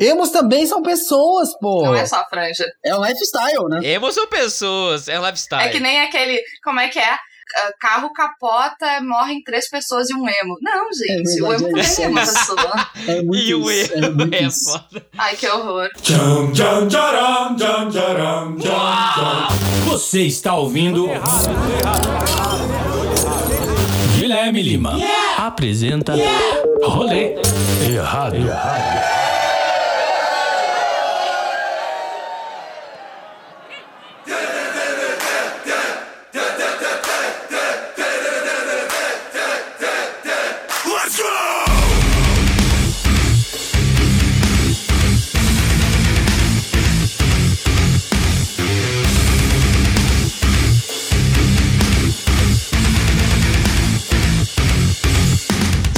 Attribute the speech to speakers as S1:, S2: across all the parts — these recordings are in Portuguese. S1: Emos também são pessoas, pô.
S2: Não é só franja.
S1: É um lifestyle, né?
S3: Emos são pessoas, é um
S2: É
S3: lifestyle.
S2: que nem aquele. Como é que é? Ah, Carro capota, morrem três pessoas e um emo. Não, gente,
S1: É
S2: o emo
S1: verdade,
S2: também é uma
S1: é isso.
S2: pessoa.
S1: É muito
S3: E o
S1: isso,
S3: erro
S1: muito
S3: é
S1: isso.
S3: foda.
S2: Ai, que horror.
S4: Jam, jam, jaram, jam, jaram, jam, jam.
S5: Você está ouvindo. Guilherme Lima apresenta Rolê Errado.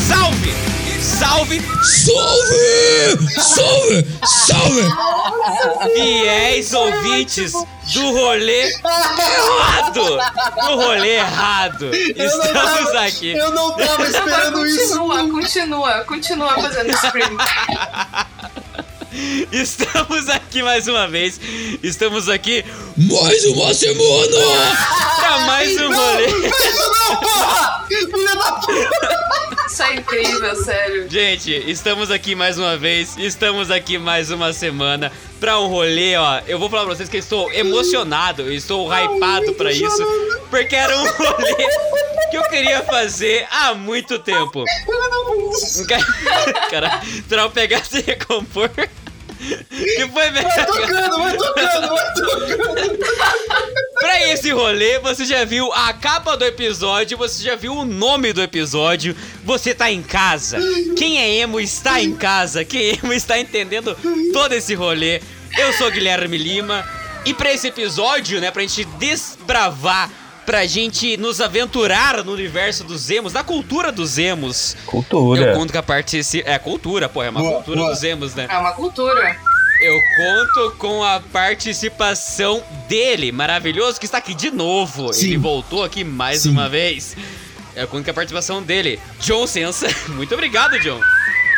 S3: Salve! Salve!
S6: Salve! Salve! Salve!
S3: Fiéis ouvintes do rolê errado! Do rolê errado!
S1: Eu não
S3: Estamos
S1: tava-
S3: aqui.
S1: Eu não tava
S2: Então, Agora
S1: esperando isso.
S2: continua, continua, continua fazendo stream.
S3: Estamos aqui mais uma vez. Estamos aqui
S6: Mais uma semana!
S3: pra mais um rolê.
S1: Filha da puta!
S2: Isso é incrível, sério.
S3: Gente, estamos aqui mais uma vez. Estamos aqui mais uma semana pra um rolê, ó. Eu vou falar pra vocês que eu estou emocionado. Eu estou hypado pra isso. Porque era um rolê que eu queria fazer há muito tempo.
S1: Filha da puta!
S3: Cara- Cara, pra eu pegar e se recompor. Que
S1: Vai
S3: foi melhor.
S1: tocando, vai tocando, vai tocando!
S3: Pra esse rolê, você já viu a capa do episódio, você já viu o nome do episódio, você tá em casa. Quem é emo está em casa, quem é emo está entendendo todo esse rolê. Eu sou Guilherme Lima e pra esse episódio, né, pra gente desbravar, pra gente nos aventurar no universo dos emos, na cultura dos emos. Eu
S7: Cultura.
S3: conto que a parte se- é cultura, pô, é uma
S1: Boa,
S3: cultura
S1: boa.
S3: dos emos, né?
S2: É uma cultura.
S3: Eu conto com a participação dele, maravilhoso, que está aqui de novo.
S1: Sim.
S3: Ele voltou aqui mais uma vez. É, Eu conto com a participação dele, John Sensa. Muito obrigado, John.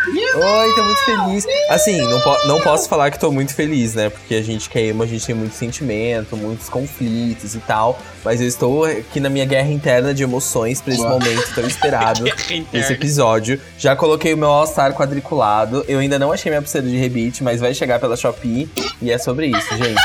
S7: Oi, tô muito feliz. Assim, não, po- não posso falar que tô muito feliz, né? Porque a gente que é emo, a gente tem muito sentimento, muitos conflitos e tal. Mas eu estou aqui na minha guerra interna de emoções pra esse
S1: Boa.
S7: momento tão esperado.
S3: Guerra
S7: Esse
S3: interna.
S7: episódio. Já coloquei o meu All-Star quadriculado. Eu ainda não achei minha pulseira de rebite, mas vai chegar pela Shopee. E é sobre isso, gente.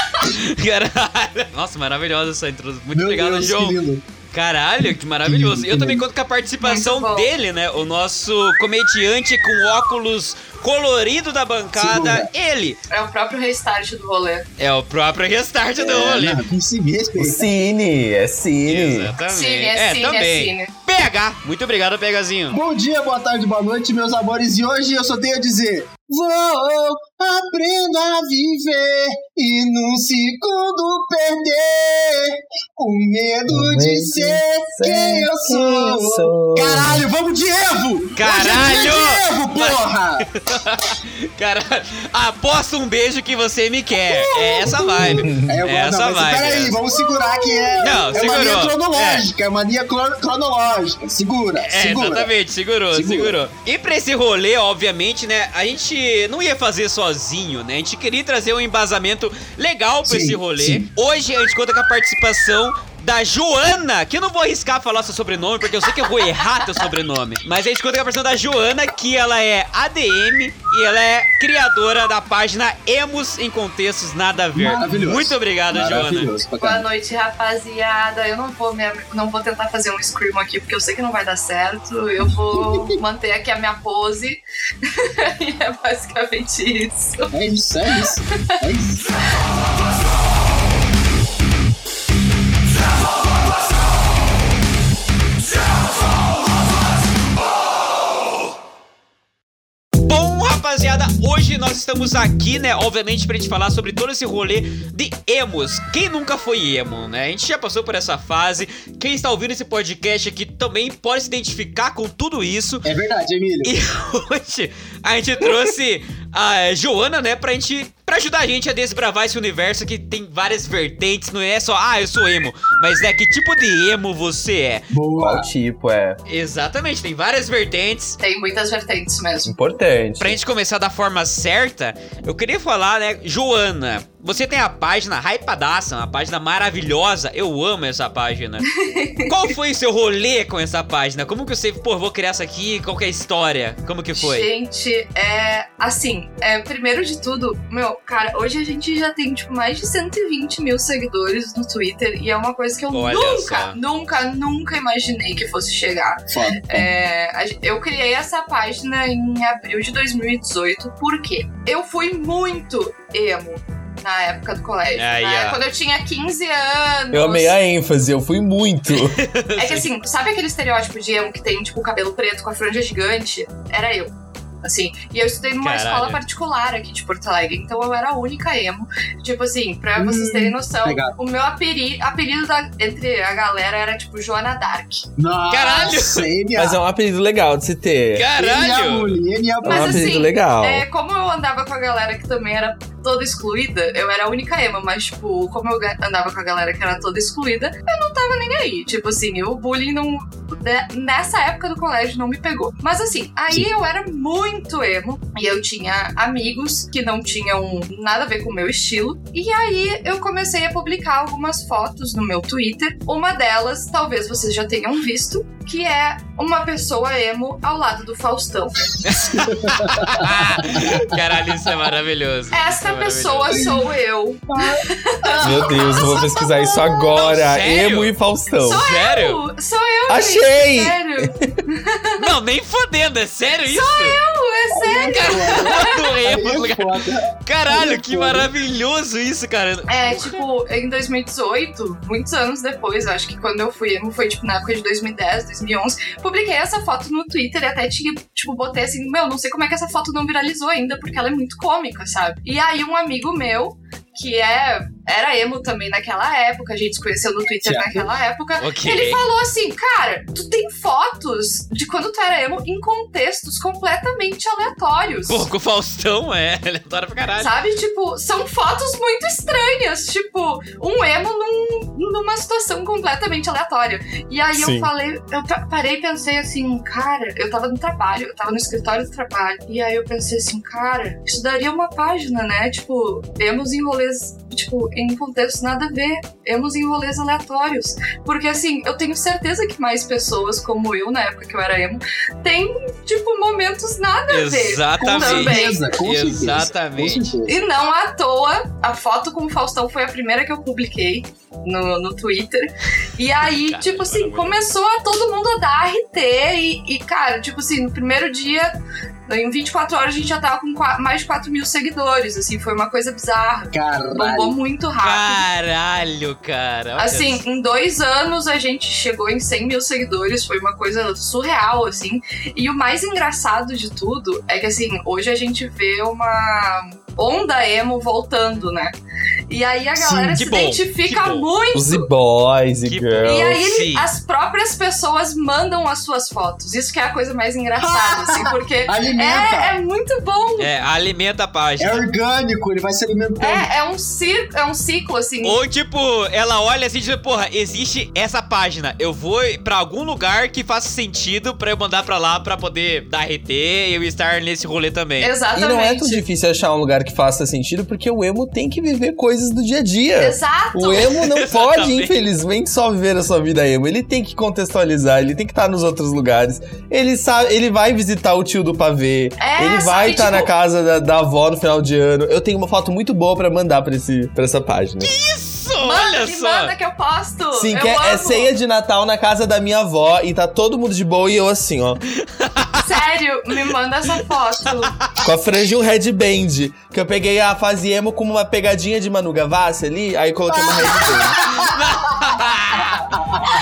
S3: Caralho. Nossa, maravilhosa essa introdução. Muito
S1: Meu
S3: obrigado,
S1: Deus,
S3: John.
S1: que lindo.
S3: Caralho, que maravilhoso.
S1: Que
S3: Eu também
S1: lindo.
S3: conto com a participação
S2: Muito bom.
S3: dele, né? O nosso comediante com óculos colorido da bancada. Ele
S2: É o próprio restart do rolê.
S3: é o próprio restart do rolê.
S1: É, não, consegui
S7: O
S1: respeitar.
S7: Cine, é Cine.
S3: Exatamente.
S2: Cine, é cine, é cine.
S3: PH, muito obrigado, PHzinho.
S1: Bom dia, boa tarde, boa noite, meus amores. E hoje eu só tenho a dizer: Vou, aprenda a viver e num segundo perder o medo de ser quem eu sou. Caralho, vamos de Evo!
S3: Caralho!
S1: Hoje é dia de Evo, porra!
S3: Cara, aposta um beijo que você me quer. É essa vibe.
S1: É, eu
S3: É essa
S1: não, mas
S3: vibe.
S1: peraí,
S3: né?
S1: vamos segurar que é,
S3: Não,
S1: é uma linha
S3: segurou.
S1: cronológica, é uma linha cro- cronológica. Segura,
S3: É,
S1: segura.
S3: exatamente, segurou,
S1: Segura.
S3: segurou. E pra esse rolê, obviamente, né? A gente não ia fazer sozinho, né? A gente queria trazer um embasamento legal pra
S1: Sim,
S3: esse rolê.
S1: sim.
S3: Hoje a gente conta com a participação da Joana, que eu não vou arriscar falar seu sobrenome, porque eu sei que eu vou errar teu sobrenome. Mas a gente conta com a participação da Joana, que ela é ADM e ela é criadora da página Emos em Contextos Nada a Ver.
S1: Maravilhoso.
S3: Muito obrigado, Joana.
S1: Maravilhoso, pra
S2: Boa
S1: caralho.
S2: noite, rapaziada. Eu não vou, me, não vou tentar fazer um scream aqui, porque eu sei que não vai dar certo. Eu vou manter aqui a minha pose. e é basicamente isso.
S1: É isso, é isso. É isso.
S3: Bom, rapaziada, hoje nós estamos aqui, né? Obviamente, pra gente falar sobre todo esse rolê de emos. Quem nunca foi emo, né? A gente já passou por essa fase. Quem está ouvindo esse podcast aqui também pode se identificar com tudo isso.
S1: É verdade, Emílio.
S3: E hoje a gente trouxe a Joana, né, pra gente. Pra ajudar a gente a desbravar esse universo que tem várias vertentes, não é só, ah, eu sou emo, mas é que tipo de emo você é.
S1: Boa.
S7: Qual tipo é?
S3: Exatamente, tem várias vertentes.
S2: Tem muitas vertentes mesmo.
S7: Importante.
S3: Pra gente começar da forma certa, eu queria falar, né, Joana, você tem a página Hypadaça, uma página maravilhosa, eu amo essa página. Qual foi seu rolê com essa página? Como que você, pô, vou criar essa aqui, qual que é a história? Como que foi?
S2: Gente, é. Assim, é, primeiro de tudo, meu, cara, hoje a gente já tem, tipo, mais de 120 mil seguidores no Twitter e é uma coisa que eu
S3: Olha
S2: nunca,
S3: só.
S2: nunca, nunca imaginei que fosse chegar.
S1: Foda.
S2: É, a gen- eu criei essa página em abril de 2018, porque eu fui muito emo na época do colégio.
S3: Aí,
S2: né?
S3: ó.
S2: Quando eu tinha 15 anos.
S7: Eu amei a ênfase, eu fui muito.
S2: É que assim, sabe aquele estereótipo de emo que tem, tipo, o cabelo preto com a franja gigante? Era eu. Assim, e eu estudei numa
S3: Caralho.
S2: escola particular aqui de Porto Alegre, então eu era a única emo. Tipo assim, pra vocês
S1: Hum,
S2: terem noção,
S1: legal.
S2: o meu apelido, apelido da- entre a galera era tipo Joana Dark.
S1: Nossa,
S3: Caralho!
S1: Ele,
S7: Mas é um apelido legal de se ter.
S3: Caralho!
S1: Ele é a
S7: É
S1: mulher.
S2: Mas,
S7: um apelido
S2: assim,
S7: legal.
S2: É, como eu andava com a galera que também era toda excluída, eu era a única emo, mas, tipo, como eu ga- andava com a galera que era toda excluída, eu não tava nem aí. Tipo assim, o bullying não. né, Nessa época do colégio não me pegou. Mas assim, aí eu era muito emo e eu tinha amigos que não tinham nada a ver com o meu estilo. E aí eu comecei a publicar algumas fotos no meu Twitter. Uma delas, talvez vocês já tenham visto, que é uma pessoa emo ao lado do Faustão.
S3: Caralho, isso é maravilhoso. Isso é
S2: Esta
S3: maravilhoso.
S2: pessoa sou eu.
S7: Meu Deus, eu vou pesquisar isso agora.
S3: Não, sério?
S7: Emo e Faustão.
S2: Só
S3: Sério?
S2: eu! Sou eu,
S7: Oh. Achei!
S2: gente! Sério!
S3: Não, nem fodendo, é sério isso? Só eu!
S2: É sério!
S1: É foda.
S3: Caralho, que
S1: foda.
S3: maravilhoso isso, cara.
S2: É, tipo, em 2018, muitos anos depois, eu acho que quando eu fui emo, foi tipo na época de 2010, 2011, publiquei essa foto no Twitter e até tinha, tipo, botei assim, meu, não sei como é que essa foto não viralizou ainda, porque ela é muito cômica, sabe? E aí um amigo meu, que é, era emo também naquela época, a gente se conheceu no Twitter
S1: Thiago.
S2: naquela época,
S3: Ok.
S2: Ele falou assim, cara, tu tem fotos de quando tu era emo em contextos completamente aleatórios.
S3: Pô, com o Faustão é aleatório pra caralho.
S2: Sabe, tipo, são fotos muito estranhas. Tipo, um emo num- numa situação completamente aleatória. E aí eu
S7: Sim.
S2: falei, eu pa- parei e pensei assim, cara, eu tava no trabalho, eu tava no escritório do trabalho. E aí eu pensei assim, cara, isso daria uma página, né? Tipo, emos em rolês, tipo, em contextos nada a ver. Emos em rolês aleatórios. Porque assim, eu tenho certeza que mais pessoas como eu, na época que eu era emo, tem, tipo, momentos nada a ver.
S1: Com
S3: Exatamente.
S1: certeza, com certeza. Com
S3: Exatamente.
S1: certeza.
S2: E não à toa, a foto com o Faustão foi a primeira que eu publiquei no, no Twitter. E aí,
S3: Cara,
S2: tipo assim,
S3: maravilhoso.
S2: começou a todo mundo a dar RT. E, e, cara, tipo assim, no primeiro dia, em 24 horas, a gente já tava com qua- mais de 4 mil seguidores. Assim, foi uma coisa bizarra.
S1: Caralho.
S2: Bombou muito rápido.
S3: Caralho, cara. olha
S2: Assim, em dois anos a gente chegou em 100 mil seguidores, foi uma coisa surreal, assim. E o mais engraçado de tudo é que, assim, hoje a gente vê uma onda emo voltando, né? E aí a
S1: Sim,
S2: galera
S3: que
S2: se
S3: bom,
S2: identifica
S3: que bom.
S2: muito.
S7: Os e-boys e
S3: Que-
S7: girls.
S2: E aí ele-
S3: Sim.
S2: as próprias pessoas mandam as suas fotos. Isso que é a coisa mais engraçada, assim, porque
S1: Alimenta.
S2: é, é muito bom.
S3: É, alimenta a
S1: É.
S3: página.
S1: orgânico, ele vai se alimentando.
S2: É, é um, cir é um ciclo, assim.
S3: Ou tipo, ela olha assim e diz, porra, existe essa página. Eu vou pra algum lugar que faça sentido pra eu mandar pra lá pra poder dar RT e eu estar nesse rolê também.
S7: E não é tão
S2: Exatamente.
S7: difícil achar um lugar que faça sentido, porque o emo tem que viver coisas do dia a dia.
S2: Exato.
S7: O emo não pode,
S3: Exatamente.
S7: infelizmente, só viver a sua vida emo. Ele tem que contextualizar, ele tem que estar nos outros lugares. Ele sabe, ele vai visitar o tio do pavê.
S2: É,
S7: ele vai
S2: sabe,
S7: estar na
S2: tipo-
S7: casa da, da avó no final de ano. Eu tenho uma foto muito boa pra mandar pra, esse, pra essa página.
S3: Isso,
S2: Manda,
S3: olha
S2: me
S3: só.
S2: manda que eu posto.
S7: Sim,
S2: eu
S7: que é,
S2: amo.
S7: é ceia de Natal na casa da minha avó e tá todo mundo de boa e eu assim, ó.
S2: Sério, me manda essa foto.
S7: Com a franja e um headband. Que eu peguei a fase emo como uma pegadinha de Manu Gavassi ali, aí coloquei uma headband.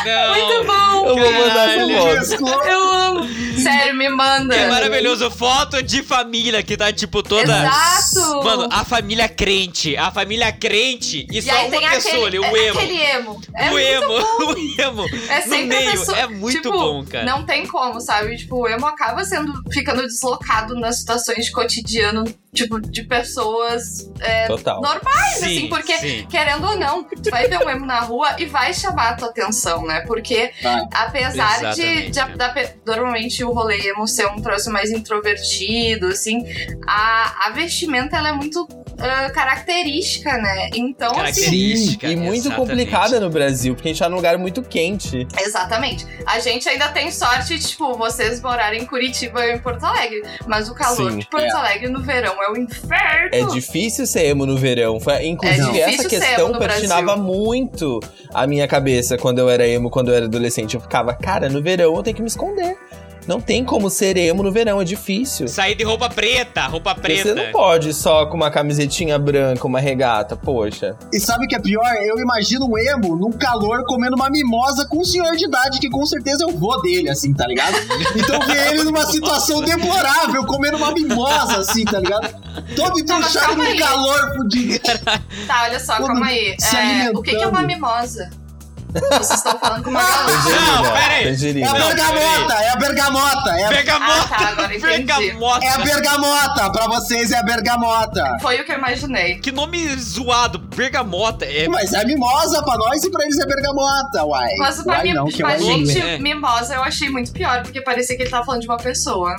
S3: Não.
S2: Muito bom.
S7: Eu vou mandar essa
S3: Caralho.
S7: foto.
S1: Mesclou.
S2: Eu amo. Sério, me manda.
S3: É maravilhoso. Foto de família que tá, tipo, toda.
S2: Exato.
S3: Mano, a família crente. A família crente e,
S2: E
S3: só
S2: aí
S3: uma
S2: tem
S3: pessoa
S2: aquele,
S3: ali, o
S2: é
S3: emo.
S2: aquele emo. É
S3: o
S2: muito
S3: emo,
S2: bom.
S3: o emo.
S2: É
S3: no
S2: sempre
S3: meio.
S2: a pessoa,
S3: É muito
S2: tipo,
S3: bom, cara.
S2: Não tem como, sabe? Tipo, o emo acaba sendo, ficando deslocado nas situações de cotidiano, tipo, de pessoas é,
S7: Total.
S2: normais,
S3: Sim,
S2: assim, porque,
S3: sim.
S2: querendo ou não, tu vai ver um emo na rua e vai chamar a tua atenção, né? Porque,
S1: Vai.
S2: apesar de,
S3: Exatamente,
S2: de a-
S3: é.
S2: da pe- normalmente o rolê emo ser um troço mais introvertido, assim, a, a vestimenta, ela é muito ah, característica, né? Então, assim,
S3: Característica.
S7: E muito
S3: exatamente.
S7: complicada no Brasil, porque a gente tá num lugar muito quente.
S2: Exatamente. A gente ainda tem sorte, tipo, vocês morarem em Curitiba e em Porto Alegre. Mas o calor
S7: Sim.
S2: de Porto Alegre no verão é um inferno.
S7: É difícil ser emo no verão. Foi- inclusive,
S2: É
S7: essa
S2: difícil ser
S7: questão
S2: emo no
S7: patinava muito a minha cabeça quando eu era emo, quando eu era adolescente. Eu ficava, cara, no verão eu tenho que me esconder. Não tem como ser emo no verão, é difícil.
S3: Sair de roupa preta, roupa
S7: Você
S3: preta.
S7: não pode só com uma camisetinha branca, uma regata, poxa.
S1: E sabe o que é pior? Eu imagino um emo num calor comendo uma mimosa com um senhor de idade, que com certeza eu vou dele, assim, tá ligado? Então ver ele numa situação deplorável, comendo uma mimosa, assim, tá ligado? Todo
S2: Tá, mas
S1: entruchado
S2: calma
S1: no
S2: aí.
S1: calor fudido.
S2: Tá, olha só,
S1: Todo
S2: calma aí.
S1: se
S2: É,
S1: alimentando.
S2: o que que é uma mimosa? Vocês estão falando com uma galera.
S3: Não,
S7: né?
S3: pera aí.
S1: É a
S7: Tangerina.
S3: Não,
S1: bergamota, é a bergamota, é a,
S2: Ah,
S3: Bergamota.
S2: tá, agora entendi.
S3: bergamota.
S1: é a bergamota, pra vocês é a bergamota.
S2: Foi o que eu imaginei.
S3: Que nome zoado. Bergamota. É
S1: Mas é mimosa pra nós e pra eles é bergamota, uai.
S2: Mas pra,
S1: uai,
S2: mim,
S1: não, que
S2: pra
S1: uai não é.
S2: gente,
S3: é.
S2: mimosa eu achei muito pior, porque parecia que ele tava falando de uma pessoa.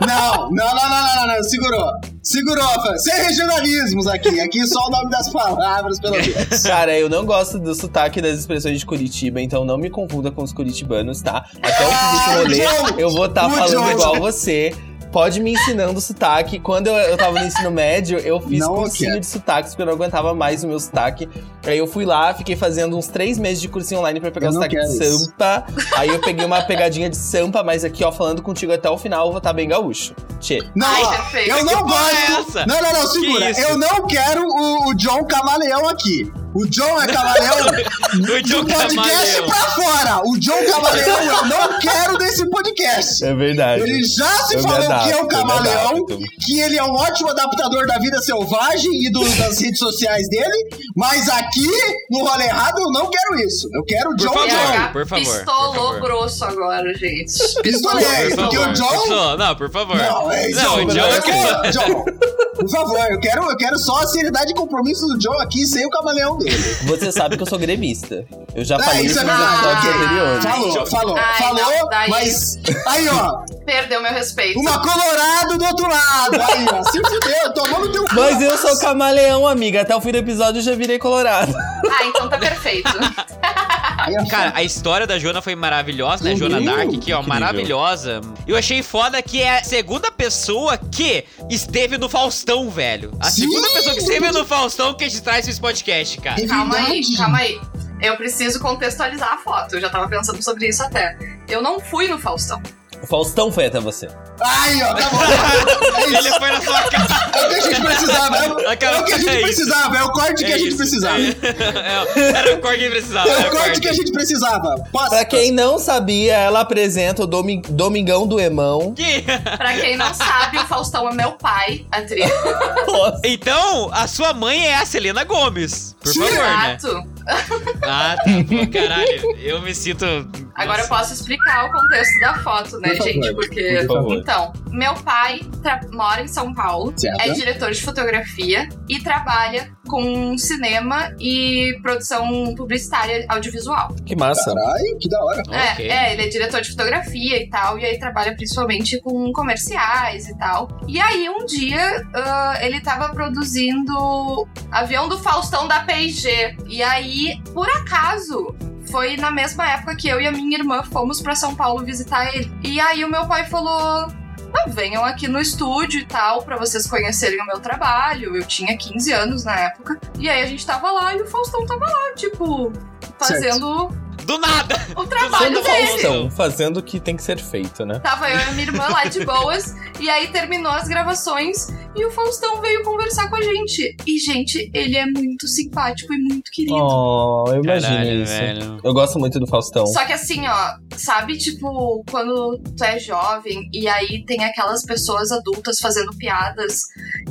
S1: Não, não, não, não, não, não, não, segurou. Segurou, fã. Sem regionalismos aqui. Aqui só o nome das palavras, pelo menos.
S7: Cara, eu não gosto do sotaque das expressões de Curitiba, então não me confunda com os curitibanos, tá? Até o fim desse
S1: Ah,
S7: rolê, eu vou estar
S1: o
S7: falando
S1: Johnny.
S7: igual você. Pode me ensinando sotaque. Quando eu, eu tava no ensino médio, eu fiz
S1: Não, eu
S7: cursinho
S1: quero.
S7: de sotaques, porque eu não aguentava mais o meu sotaque. Aí eu fui lá, fiquei fazendo uns três meses de cursinho online pra pegar
S1: Eu
S7: o
S1: não
S7: sotaque de
S1: quero isso.
S7: Sampa. Aí eu peguei uma pegadinha de Sampa, mas aqui, ó, falando contigo até o final, eu vou estar bem gaúcho. Tchê.
S1: Não,
S2: Ai,
S1: ó,
S2: perfeito.
S1: eu não
S3: Que porra é
S1: gosto.
S3: essa?
S1: não, não, não,
S3: Que
S1: segura.
S3: isso?
S1: Eu não quero o, o John Camaleão aqui. O John é camaleão
S3: o
S1: do
S3: John
S1: podcast
S3: Camaleão.
S1: pra fora. O John Camaleão eu não quero desse podcast.
S7: É verdade.
S1: Ele já se
S7: Eu me
S1: falou que é
S7: adapto, eu
S1: um
S7: me
S1: camaleão,
S7: adapto.
S1: que ele é um ótimo adaptador da vida selvagem e do- das redes sociais dele, mas aqui, no rolê errado, eu não quero isso. Eu quero o
S3: Por
S1: John
S3: favor.
S1: John.
S2: PH
S3: por favor,
S2: pistolou
S3: por favor.
S2: grosso agora, gente.
S1: Pistolei,
S3: Por
S1: porque é o
S3: favor,
S1: John.
S3: pessoal, Não, por favor.
S1: Não, é isso.
S3: Não, o John é que-
S1: é John. Por favor, eu quero, eu quero só a seriedade e compromisso do John aqui sem o camaleão dele.
S7: Você sabe que eu sou gremista. Eu já
S1: É,
S7: falei
S1: isso
S7: isso
S1: é
S7: nos
S1: verdade.
S7: episódios anteriores.
S1: Falou, falou,
S2: Ai, não,
S1: falou,
S3: tá
S2: daí-
S1: mas. Aí, ó,
S2: Perdeu meu respeito.
S1: uma Colorado do outro lado. Aí, ó, se fudeu, tomou no teu cu.
S7: Mas eu sou camaleão, amiga. Até o fim do episódio eu já virei colorado.
S2: Ah, então tá perfeito.
S1: Aí é
S3: Cara, a história da Jona foi maravilhosa, né?
S1: Incrível,
S3: Jona Dark, que ó,
S7: incrível.
S3: maravilhosa. Eu achei foda que é a segunda pessoa que esteve no Faustão, velho. A
S1: Sim!
S3: segunda pessoa que esteve no Faustão que a gente traz esse podcast, cara.
S1: É
S2: Calma aí,
S1: verdade.
S2: calma aí. Eu preciso contextualizar a foto. Eu já tava pensando sobre isso até. Eu não fui no Faustão.
S7: O Faustão foi até você.
S1: Aí, ó, tá bom. É
S3: Ele
S1: isso.
S3: foi na sua casa.
S1: É o que a gente precisava. É, o- é o que a gente
S3: É isso.
S1: precisava. É o corte que a gente
S3: isso.
S1: precisava. É
S3: É, era o corte que precisava. era
S1: o corte que a gente precisava. Posso?
S7: Pra quem não sabia, ela apresenta o Domi- Domingão do Emão.
S3: Que-
S2: Pra quem não sabe, o Faustão é meu pai, atriz.
S3: Então, a sua mãe é a Selena Gomes. Por
S1: Sim.
S3: favor, né?
S2: Exato.
S3: Ah, tá. Pô, caralho, eu me sinto.
S2: Agora eu
S3: Nossa.
S2: posso explicar o contexto da foto, né,
S1: Por favor,
S2: gente? Porque.
S7: por favor.
S2: Então, meu pai tra- mora em São Paulo,
S1: Certo.
S2: é diretor de fotografia e trabalha com cinema e produção publicitária audiovisual.
S7: Que massa.
S1: Caralho, que da hora.
S3: Ok.
S2: É, é, ele é diretor de fotografia e tal, e aí trabalha principalmente com comerciais e tal. E aí um dia ah, ele tava produzindo Avião do Faustão da P&G. E aí, por acaso, foi na mesma época que eu e a minha irmã fomos pra São Paulo visitar ele. E aí o meu pai falou: "Ah, venham aqui no estúdio e tal, pra vocês conhecerem o meu trabalho. Eu tinha 15 anos na época. E aí a gente tava lá e o Faustão tava lá, tipo, fazendo
S3: Do nada!
S2: o
S3: Sendo
S2: trabalho
S7: Sendo
S3: Olha
S2: dele.
S7: Faustão, fazendo o que tem que ser feito, né?
S2: Tava eu e a minha irmã lá de boas. e aí terminou as gravações. E o Faustão veio conversar com a gente. E, gente, ele é muito simpático e muito querido.
S7: Oh, eu imagino
S3: Caralho,
S7: isso.
S3: velho.
S7: Eu gosto muito do Faustão.
S2: Só que assim, ó, sabe, tipo, quando tu é jovem e aí tem aquelas pessoas adultas fazendo piadas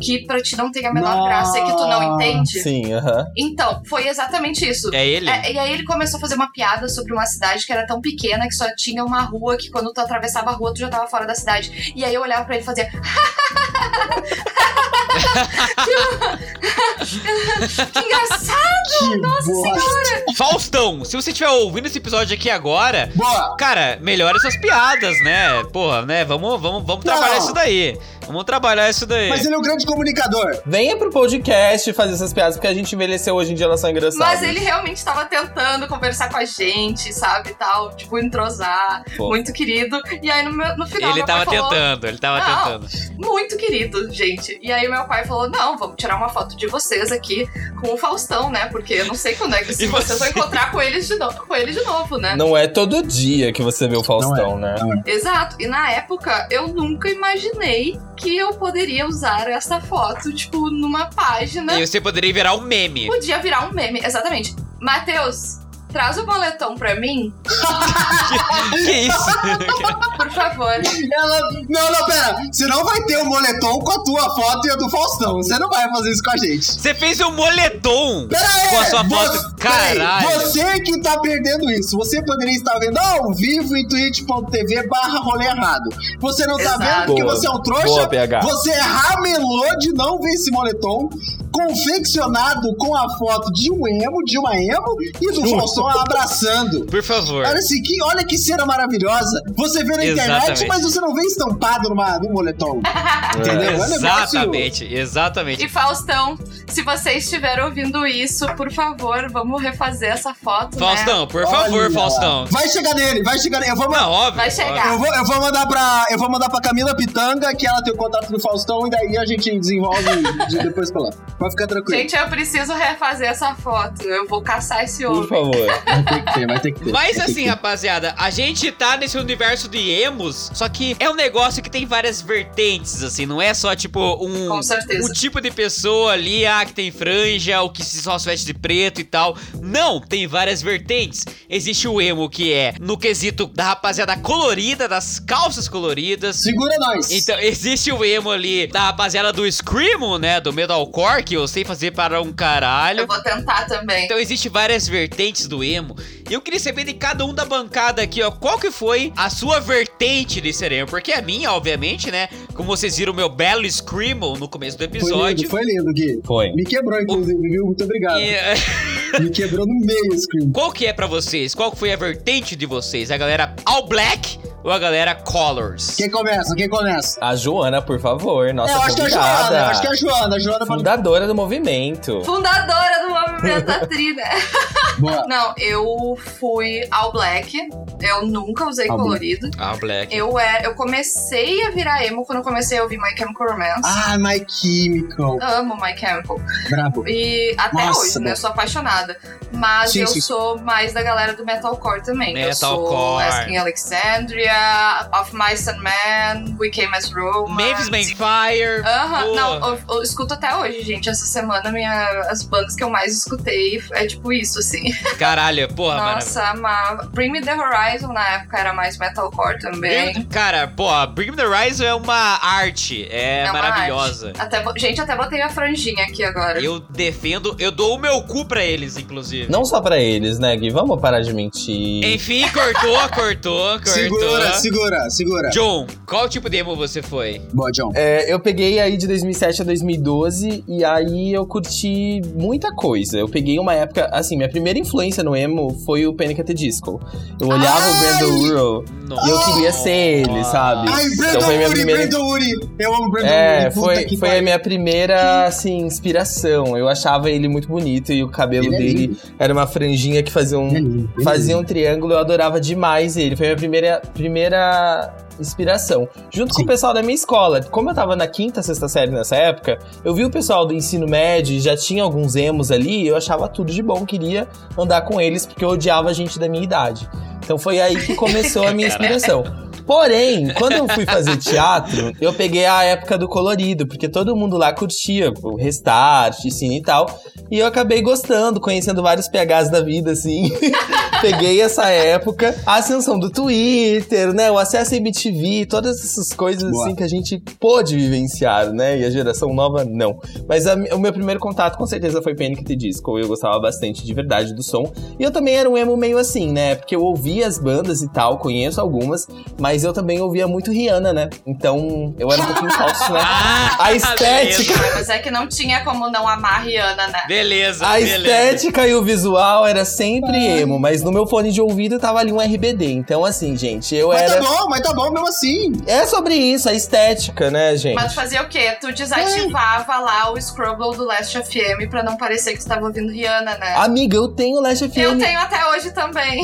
S2: que pra ti não tem a menor
S1: Nossa.
S2: graça e que tu não entende?
S7: Sim, aham.
S2: Então, foi exatamente isso.
S3: É ele?
S2: É, e aí ele começou a fazer uma piada sobre uma cidade que era tão pequena que só tinha uma rua que quando tu atravessava a rua tu já tava fora da cidade. E aí eu olhava pra ele e fazia. Tipo, que engraçado!
S1: Que
S2: Nossa
S1: bosta.
S3: Faustão, se você estiver ouvindo esse episódio aqui agora,
S1: Boa.
S3: cara, melhora essas piadas, né? Porra, né? Vamos, vamos, vamos trabalhar
S1: Não.
S3: isso daí. Vamos trabalhar isso daí.
S1: Mas ele é um grande comunicador.
S7: Venha pro podcast fazer essas piadas, porque a gente envelheceu hoje em dia, elas são engraçadas.
S2: Mas ele realmente tava tentando conversar com a gente, sabe? Tal, tipo, entrosar.
S7: Pô.
S2: Muito querido. E aí no, meu- no final.
S3: Ele
S2: meu pai
S3: tava
S2: falou,
S3: tentando, ele tava
S2: Não.
S3: tentando.
S2: Muito querido, gente. E aí meu pai falou: não, vamos tirar uma foto de vocês aqui com o Faustão, né? Porque eu não sei quando é que se
S3: E
S2: vocês
S3: você?
S2: vão encontrar com eles de novo, com ele de novo, né?
S7: Não é todo dia que você vê o Faustão, né?
S2: Exato. E na época eu nunca imaginei que eu poderia usar essa foto, tipo, numa página.
S3: E você poderia virar um meme.
S2: Podia virar um meme, exatamente. Matheus, traz o boletom pra mim,
S3: que isso?
S2: por favor.
S1: Ela... Não, não, pera. Você não vai ter um moletom com a tua foto e a do Faustão. Você não vai fazer isso com a gente.
S3: Você fez um moletom
S1: Pera aí,
S3: com a sua
S1: você-
S3: foto.
S1: pera aí,
S3: Caralho.
S1: Você que tá perdendo isso. Você poderia estar vendo ao vivo em twitch.tv barra rolê errado. Você não tá
S2: Exato.
S1: vendo porque
S7: Boa.
S1: você é um trouxa.
S7: Boa, PH.
S1: Você ramelou de não ver esse moletom confeccionado com a foto de um emo, de uma emo e do Faustão abraçando.
S3: Por favor.
S1: Olha, assim, que, olha que cena maravilhosa. Você vê na internet,
S3: Exatamente.
S1: mas você não vê estampado numa, num moletom. Entendeu? É um negócio-
S3: Exatamente, exatamente.
S2: E Faustão, se você estiver ouvindo isso, por favor, vamos refazer essa foto. Né?
S3: Faustão, por
S1: Olha
S3: favor,
S1: lá.
S3: Faustão.
S1: Vai chegar nele, vai chegar nele. Eu vou,
S3: Não, óbvio.
S2: Vai chegar.
S1: eu vou, eu vou mandar pra. Eu vou mandar pra Camila Pitanga, que ela tem o contato do Faustão, e daí a gente desenvolve de depois pra lá. Vai ficar tranquilo.
S2: Gente, eu preciso refazer essa foto. Eu vou caçar esse
S7: Por
S2: homem.
S7: favor.
S1: Vai ter que ter, vai ter que ter.
S3: Mas
S1: Vai ter
S3: assim,
S1: que ter.
S3: rapaziada, a gente tá nesse universo de emos, só que é um negócio que tem várias vertentes, assim, não é só tipo um,
S2: Com certeza.
S3: um tipo de pessoa ali, ah, que tem franja, ou que se só se veste de preto e tal. Não, tem várias vertentes. Existe o emo que é no quesito da rapaziada colorida, das calças coloridas.
S1: Segura nós.
S3: Então, existe o emo ali da rapaziada do Screamo, né? Do Metalcore, que eu sei fazer para um caralho.
S2: Eu vou tentar também.
S3: Então existe várias vertentes do emo. E eu queria saber de cada um da bancada aqui, ó, qual que foi a sua vertente de ser emo? Porque a minha, obviamente, né? Como vocês viram, meu belo Screamo no começo do
S1: foi lindo,
S3: episódio.
S1: foi lindo, Gui.
S7: Foi.
S1: Me quebrou, inclusive, viu? Muito obrigado.
S3: E, eh,
S1: Me quebrou no meio, Scream.
S3: qual que é pra vocês? Qual que foi a vertente de vocês? A galera All Black ou a galera Colors?
S1: Quem começa? Quem começa?
S7: A Joana, por favor. Nossa,
S1: eu acho que é a Joana, eu acho que é a Joana. A Joana falou.
S7: Fundadora do movimento.
S2: Fundadora do movimento da Trina.
S1: Boa.
S2: Não, eu fui ao black. Eu nunca usei
S1: All
S2: colorido.
S3: All Black.
S2: Eu, é, eu comecei a virar emo quando eu comecei a ouvir My Chemical Romance.
S1: Ah, My Chemical.
S2: Amo My Chemical.
S1: Brabo.
S2: E até
S1: Nossa,
S2: hoje,
S1: bom.
S2: né? Eu sou apaixonada. Mas
S1: Sim,
S2: eu
S1: sim.
S2: sou mais da galera do metalcore também. Eu sou
S3: Metalcore.
S2: Asking Alexandria, Of Mice and Men, We Came As Romans.
S3: Mavis Manfire.
S2: Aham,
S3: Boa.
S2: não, eu, eu escuto até hoje, gente. Essa semana, minha, as bandas que eu mais escutei é tipo isso, assim.
S3: Caralho, porra, mano.
S2: Nossa, amava. Bring Me The Horizon na época era mais metalcore também.
S3: Eu- Cara, pô, Bring Me The Horizon é uma arte, é,
S2: É uma
S3: maravilhosa.
S2: arte. Até, bo- gente, até botei a franjinha aqui agora.
S3: Eu defendo, eu dou o meu cu pra eles, inclusive.
S7: Não só pra eles, né, Gui? Vamos parar de mentir.
S3: Enfim, cortou, cortou, cortou.
S1: Segura, segura, segura.
S3: John, qual tipo de emo você foi?
S1: Boa, John.
S7: É, eu peguei aí de 2007 a 2012 e aí eu curti muita coisa. Eu peguei uma época, assim, minha primeira influência no emo foi o Panic! At the Disco. Eu olhava o Brandon Ural
S3: Nossa.
S7: e eu queria ser ele, sabe? Então
S1: Ai, Brandon
S7: foi minha
S1: Uri,
S7: primeira-
S1: Brandon Uri. Eu amo Brandon
S7: É,
S1: Uri. puta
S7: foi,
S1: que
S7: foi a
S1: pariu.
S7: minha primeira, assim, inspiração. Eu achava ele muito bonito e o cabelo
S1: Ele é
S7: dele
S1: lindo.
S7: era uma franjinha que fazia um,
S1: Ele é lindo, ele é
S7: fazia um triângulo, eu adorava demais ele. Foi a minha primeira, primeira inspiração. Junto com
S1: Sim.
S7: o pessoal da minha escola. Como eu tava na quinta, sexta série nessa época, eu vi o pessoal do ensino médio e já tinha alguns emos ali, e eu achava tudo de bom, queria andar com eles, porque eu odiava gente da minha idade. Então foi aí que começou a minha inspiração. Porém, quando eu fui fazer teatro, eu peguei a época do colorido, porque todo mundo lá curtia o restart, cine e tal. E eu acabei gostando, conhecendo vários PHs da vida, assim. peguei essa época, a ascensão do Twitter, né? O acesso à MTV, todas essas coisas
S1: Boa.
S7: assim que a gente pôde vivenciar, né? E a geração nova, não. Mas a mi- o meu primeiro contato com certeza foi Panic! At The Disco. Eu gostava bastante de verdade do som. E eu também era um emo meio assim, né? Porque eu ouvia as bandas e tal, conheço algumas, mas eu também ouvia muito Rihanna, né? Então eu era um pouquinho falso, né?
S3: Ah,
S7: A estética
S2: Ah, Mas é que não tinha como não amar a Rihanna, né?
S3: Beleza,
S7: A
S3: beleza.
S7: estética e o visual era sempre emo, mas no meu fone de ouvido tava ali um RBD. Então, assim, gente, eu
S1: Mas tá
S7: era.
S1: bom, mas tá bom mesmo assim.
S7: É sobre isso, a estética, né, gente?
S2: Mas fazia o quê? Tu desativava lá o Scrubble do Last FM pra não parecer que tu tava ouvindo Rihanna, né?
S7: Amiga, eu tenho Last FM.
S2: Eu tenho até hoje também.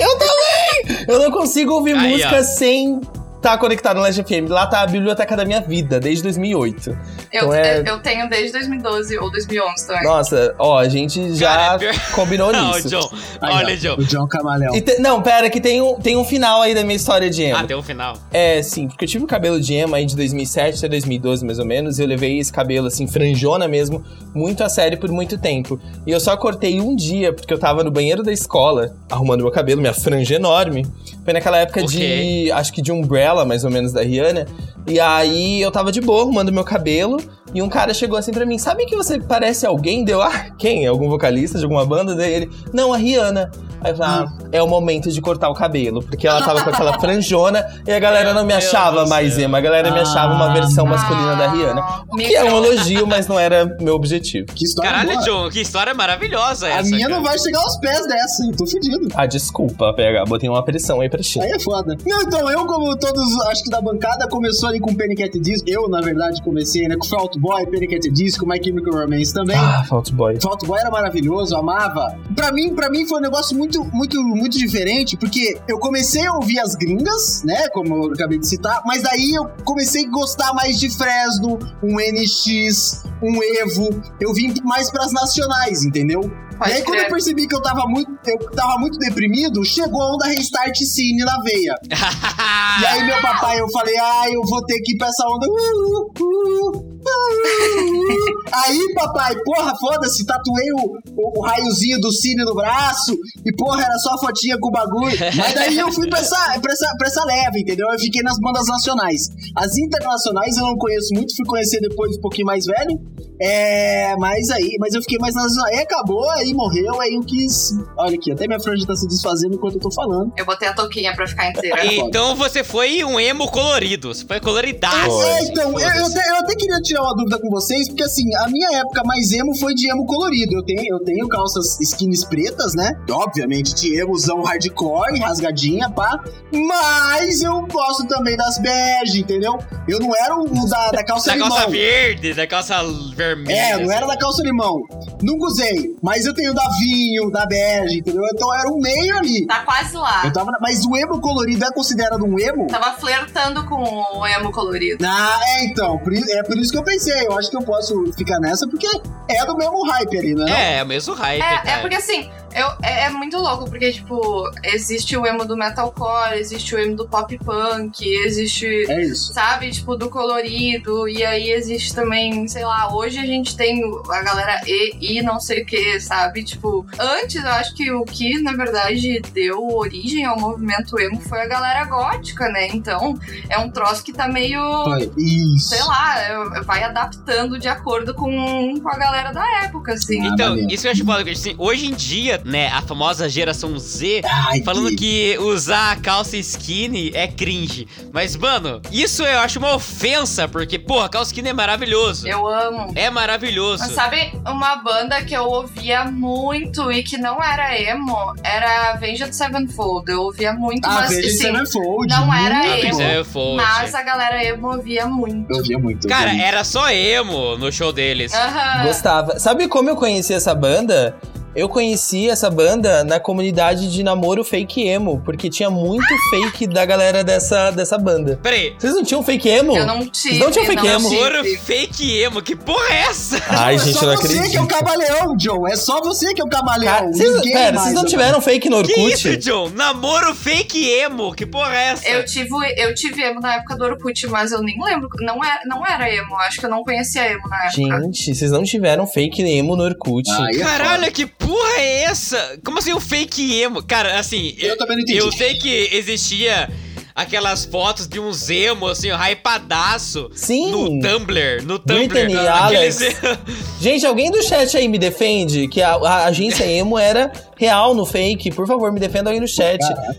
S7: Eu não consigo ouvir
S3: Aí,
S7: música
S3: ó.
S7: sem estar tá conectado no Last FM. Lá tá a biblioteca da minha vida, desde 2008.
S2: Eu,
S7: Então é-
S2: eu- eu tenho desde 2012 ou 2011 também.
S7: Nossa, ó, a gente já
S3: Cara, é pior-
S7: combinou
S3: Não,
S7: nisso.
S3: John.
S1: Aí,
S3: Olha,
S1: ó,
S3: John.
S1: O John Camalhão.
S7: E te- não, pera, que tem um, tem um final aí da minha história de emo.
S3: Até o final.
S7: É, sim, porque eu tive o cabelo de emo aí de 2007 até 2012, mais ou menos, e eu levei esse cabelo, assim, franjona mesmo, muito a sério por muito tempo. E eu só cortei um dia, porque eu tava no banheiro da escola, arrumando meu cabelo, minha franja enorme. Foi naquela época de,
S3: Ok.
S7: acho que de Umbrella, mais ou menos, da Rihanna. E aí eu tava de boa, arrumando meu cabelo, e um cara chegou assim pra mim, sabe que você parece alguém? Deu, ah, quem? Algum vocalista de alguma banda? Daí ele, não, a Rihanna. Aí eu falei,
S3: Hum.
S7: ah, é o momento de cortar o cabelo, porque ela tava com aquela franjona e a galera não me
S3: Meu
S7: achava
S3: Deus
S7: mais
S3: do
S7: emo, a galera me achava uma versão masculina da
S2: Ah,
S7: Rihanna. O
S2: me-
S7: que é um elogio, mas não era meu objetivo.
S1: Que história
S3: Caralho,
S1: boa.
S3: John, que história maravilhosa
S1: A
S3: essa.
S1: minha
S3: cara.
S1: não vai chegar aos pés dessa, eu tô fudido.
S7: Ah, desculpa, PH, botei uma pressão aí pra ti.
S1: Aí é foda. Não, então, eu, como todos, acho que da bancada, começou ali com Panic! At The Disco. Eu, na verdade, comecei, né, com Fault Boy, Panic! At The Disco, My Chemical Romance também.
S7: Ah, Fault Boy.
S1: Fault Boy era maravilhoso, eu amava. Pra mim, para mim foi um negócio muito, muito, muito diferente, porque eu comecei a ouvir as gringas, né, como eu acabei de citar, mas daí eu comecei a gostar mais de Fresno, um NX, um Evo. Eu vim mais pras nacionais, entendeu?
S2: Pode
S1: e aí, quando
S2: crer.
S1: eu percebi que eu tava muito, eu tava muito deprimido, chegou a onda Restart Cine na veia. E aí, meu papai, eu falei, ah, eu vou ter que ir pra essa onda. Uh, uh, uh, uh, uh. Aí, papai, porra, foda-se, tatuei o, o, o raiozinho do cine no braço e, porra, era só fotinha com o bagulho. Mas daí eu fui pra essa, pra, essa, pra essa leva, entendeu? Eu fiquei nas bandas nacionais. As internacionais eu não conheço muito, fui conhecer depois um pouquinho mais velho. É, mas aí, mas eu fiquei mais nas nacionais. Aí acabou, aí morreu, aí eu quis. Olha aqui, até minha franja tá se desfazendo enquanto eu tô falando.
S2: Eu botei a touquinha pra ficar
S1: É
S2: inteira.
S3: Então você foi um emo colorido. Você foi coloridaço.
S1: É, então, eu, eu até, eu até queria tirar uma dúvida com vocês, porque assim, a minha época mais emo foi de emo colorido. Eu tenho, eu tenho calças skins pretas, né? Obviamente de emozão hardcore, rasgadinha, pá. Mas eu gosto também das bege, entendeu? Eu não era o da, da calça
S3: Da
S1: limão.
S3: calça verde, da calça vermelha.
S1: É, não era
S3: assim.
S1: da calça limão. Nunca usei, mas eu tenho da vinho, da bege, entendeu? Então era um meio ali.
S2: Tá quase lá.
S1: Eu tava na- Mas o emo colorido é considerado um emo?
S2: Tava flertando com o emo colorido.
S1: Ah, é então, por i- é por isso que eu pensei, eu acho que eu posso ficar nessa, porque é do mesmo hype ali, né?
S3: É, é o mesmo hype.
S2: É, é
S3: cara.
S2: porque assim, eu, é, é muito louco, porque, tipo, existe o emo do metalcore, existe o emo do pop punk, existe
S1: É isso.
S2: sabe? Tipo, do colorido. E aí existe também, sei lá, hoje a gente tem a galera e, e não sei o que, sabe? Tipo, antes eu acho que o que, na verdade, deu origem ao movimento emo foi a galera gótica, né? Então, é um troço que tá meio.
S1: Foi. Isso.
S2: Sei lá, é- vai adaptando de acordo com, com a galera da época, assim.
S1: Ah,
S3: Então,
S1: maneiro.
S3: isso que eu acho foda, porque, assim, hoje em dia, né, a famosa geração Z,
S1: Ai,
S3: falando que usar calça skinny é cringe. Mas, mano, isso eu acho uma ofensa, porque, porra, calça skinny é maravilhoso.
S2: Eu amo.
S3: É maravilhoso.
S2: Mas sabe uma banda que eu ouvia muito e que não era emo? Era Avenged Sevenfold. Eu ouvia muito,
S1: Ah,
S2: mas
S1: veja
S2: assim,
S1: Sevenfold.
S2: não era
S1: muito bom.
S2: emo,
S3: Avenged Sevenfold.
S2: Mas a galera emo ouvia muito.
S1: Eu via muito. eu
S3: Cara,
S1: via
S7: é
S1: muito.
S3: era só emo no show deles.
S2: Aham.
S7: Gostava. Sabe como eu conheci essa banda? Eu conheci essa banda na comunidade de namoro fake emo, porque tinha muito fake da galera dessa, dessa banda.
S3: Peraí.
S7: Vocês não tinham fake emo?
S2: Eu não tive.
S7: não tinham fake emo?
S3: Namoro
S2: tive.
S3: fake emo, que porra é essa?
S7: Ai,
S1: é só você que é o camaleão, John. É só você que é o camaleão.
S7: Cara, Ah, vocês,
S1: Ninguém
S7: pera,
S1: mais
S7: vocês
S1: é
S7: não
S1: o
S7: tiveram fake no
S3: Que isso,
S7: Orkut?
S3: John? Namoro fake emo, que porra é essa?
S2: Eu tive, eu tive emo na época do Orkut, mas eu nem lembro. Não era, não era emo, acho que eu não conhecia emo na época.
S7: Gente, vocês não tiveram fake emo no Orkut.
S1: camaleão. Aí é
S3: Caralho, que porra é essa? Como assim o fake emo? Cara, assim,
S1: Eu também não entendi.
S3: eu sei que existia aquelas fotos de uns emo, assim, hypadaço.
S7: Sim.
S3: No Tumblr, no Tumblr.
S7: Britney,
S3: Aqueles-
S7: Gente, alguém do chat aí me defende que a, a agência emo era real no fake. Por favor, me defenda alguém no chat.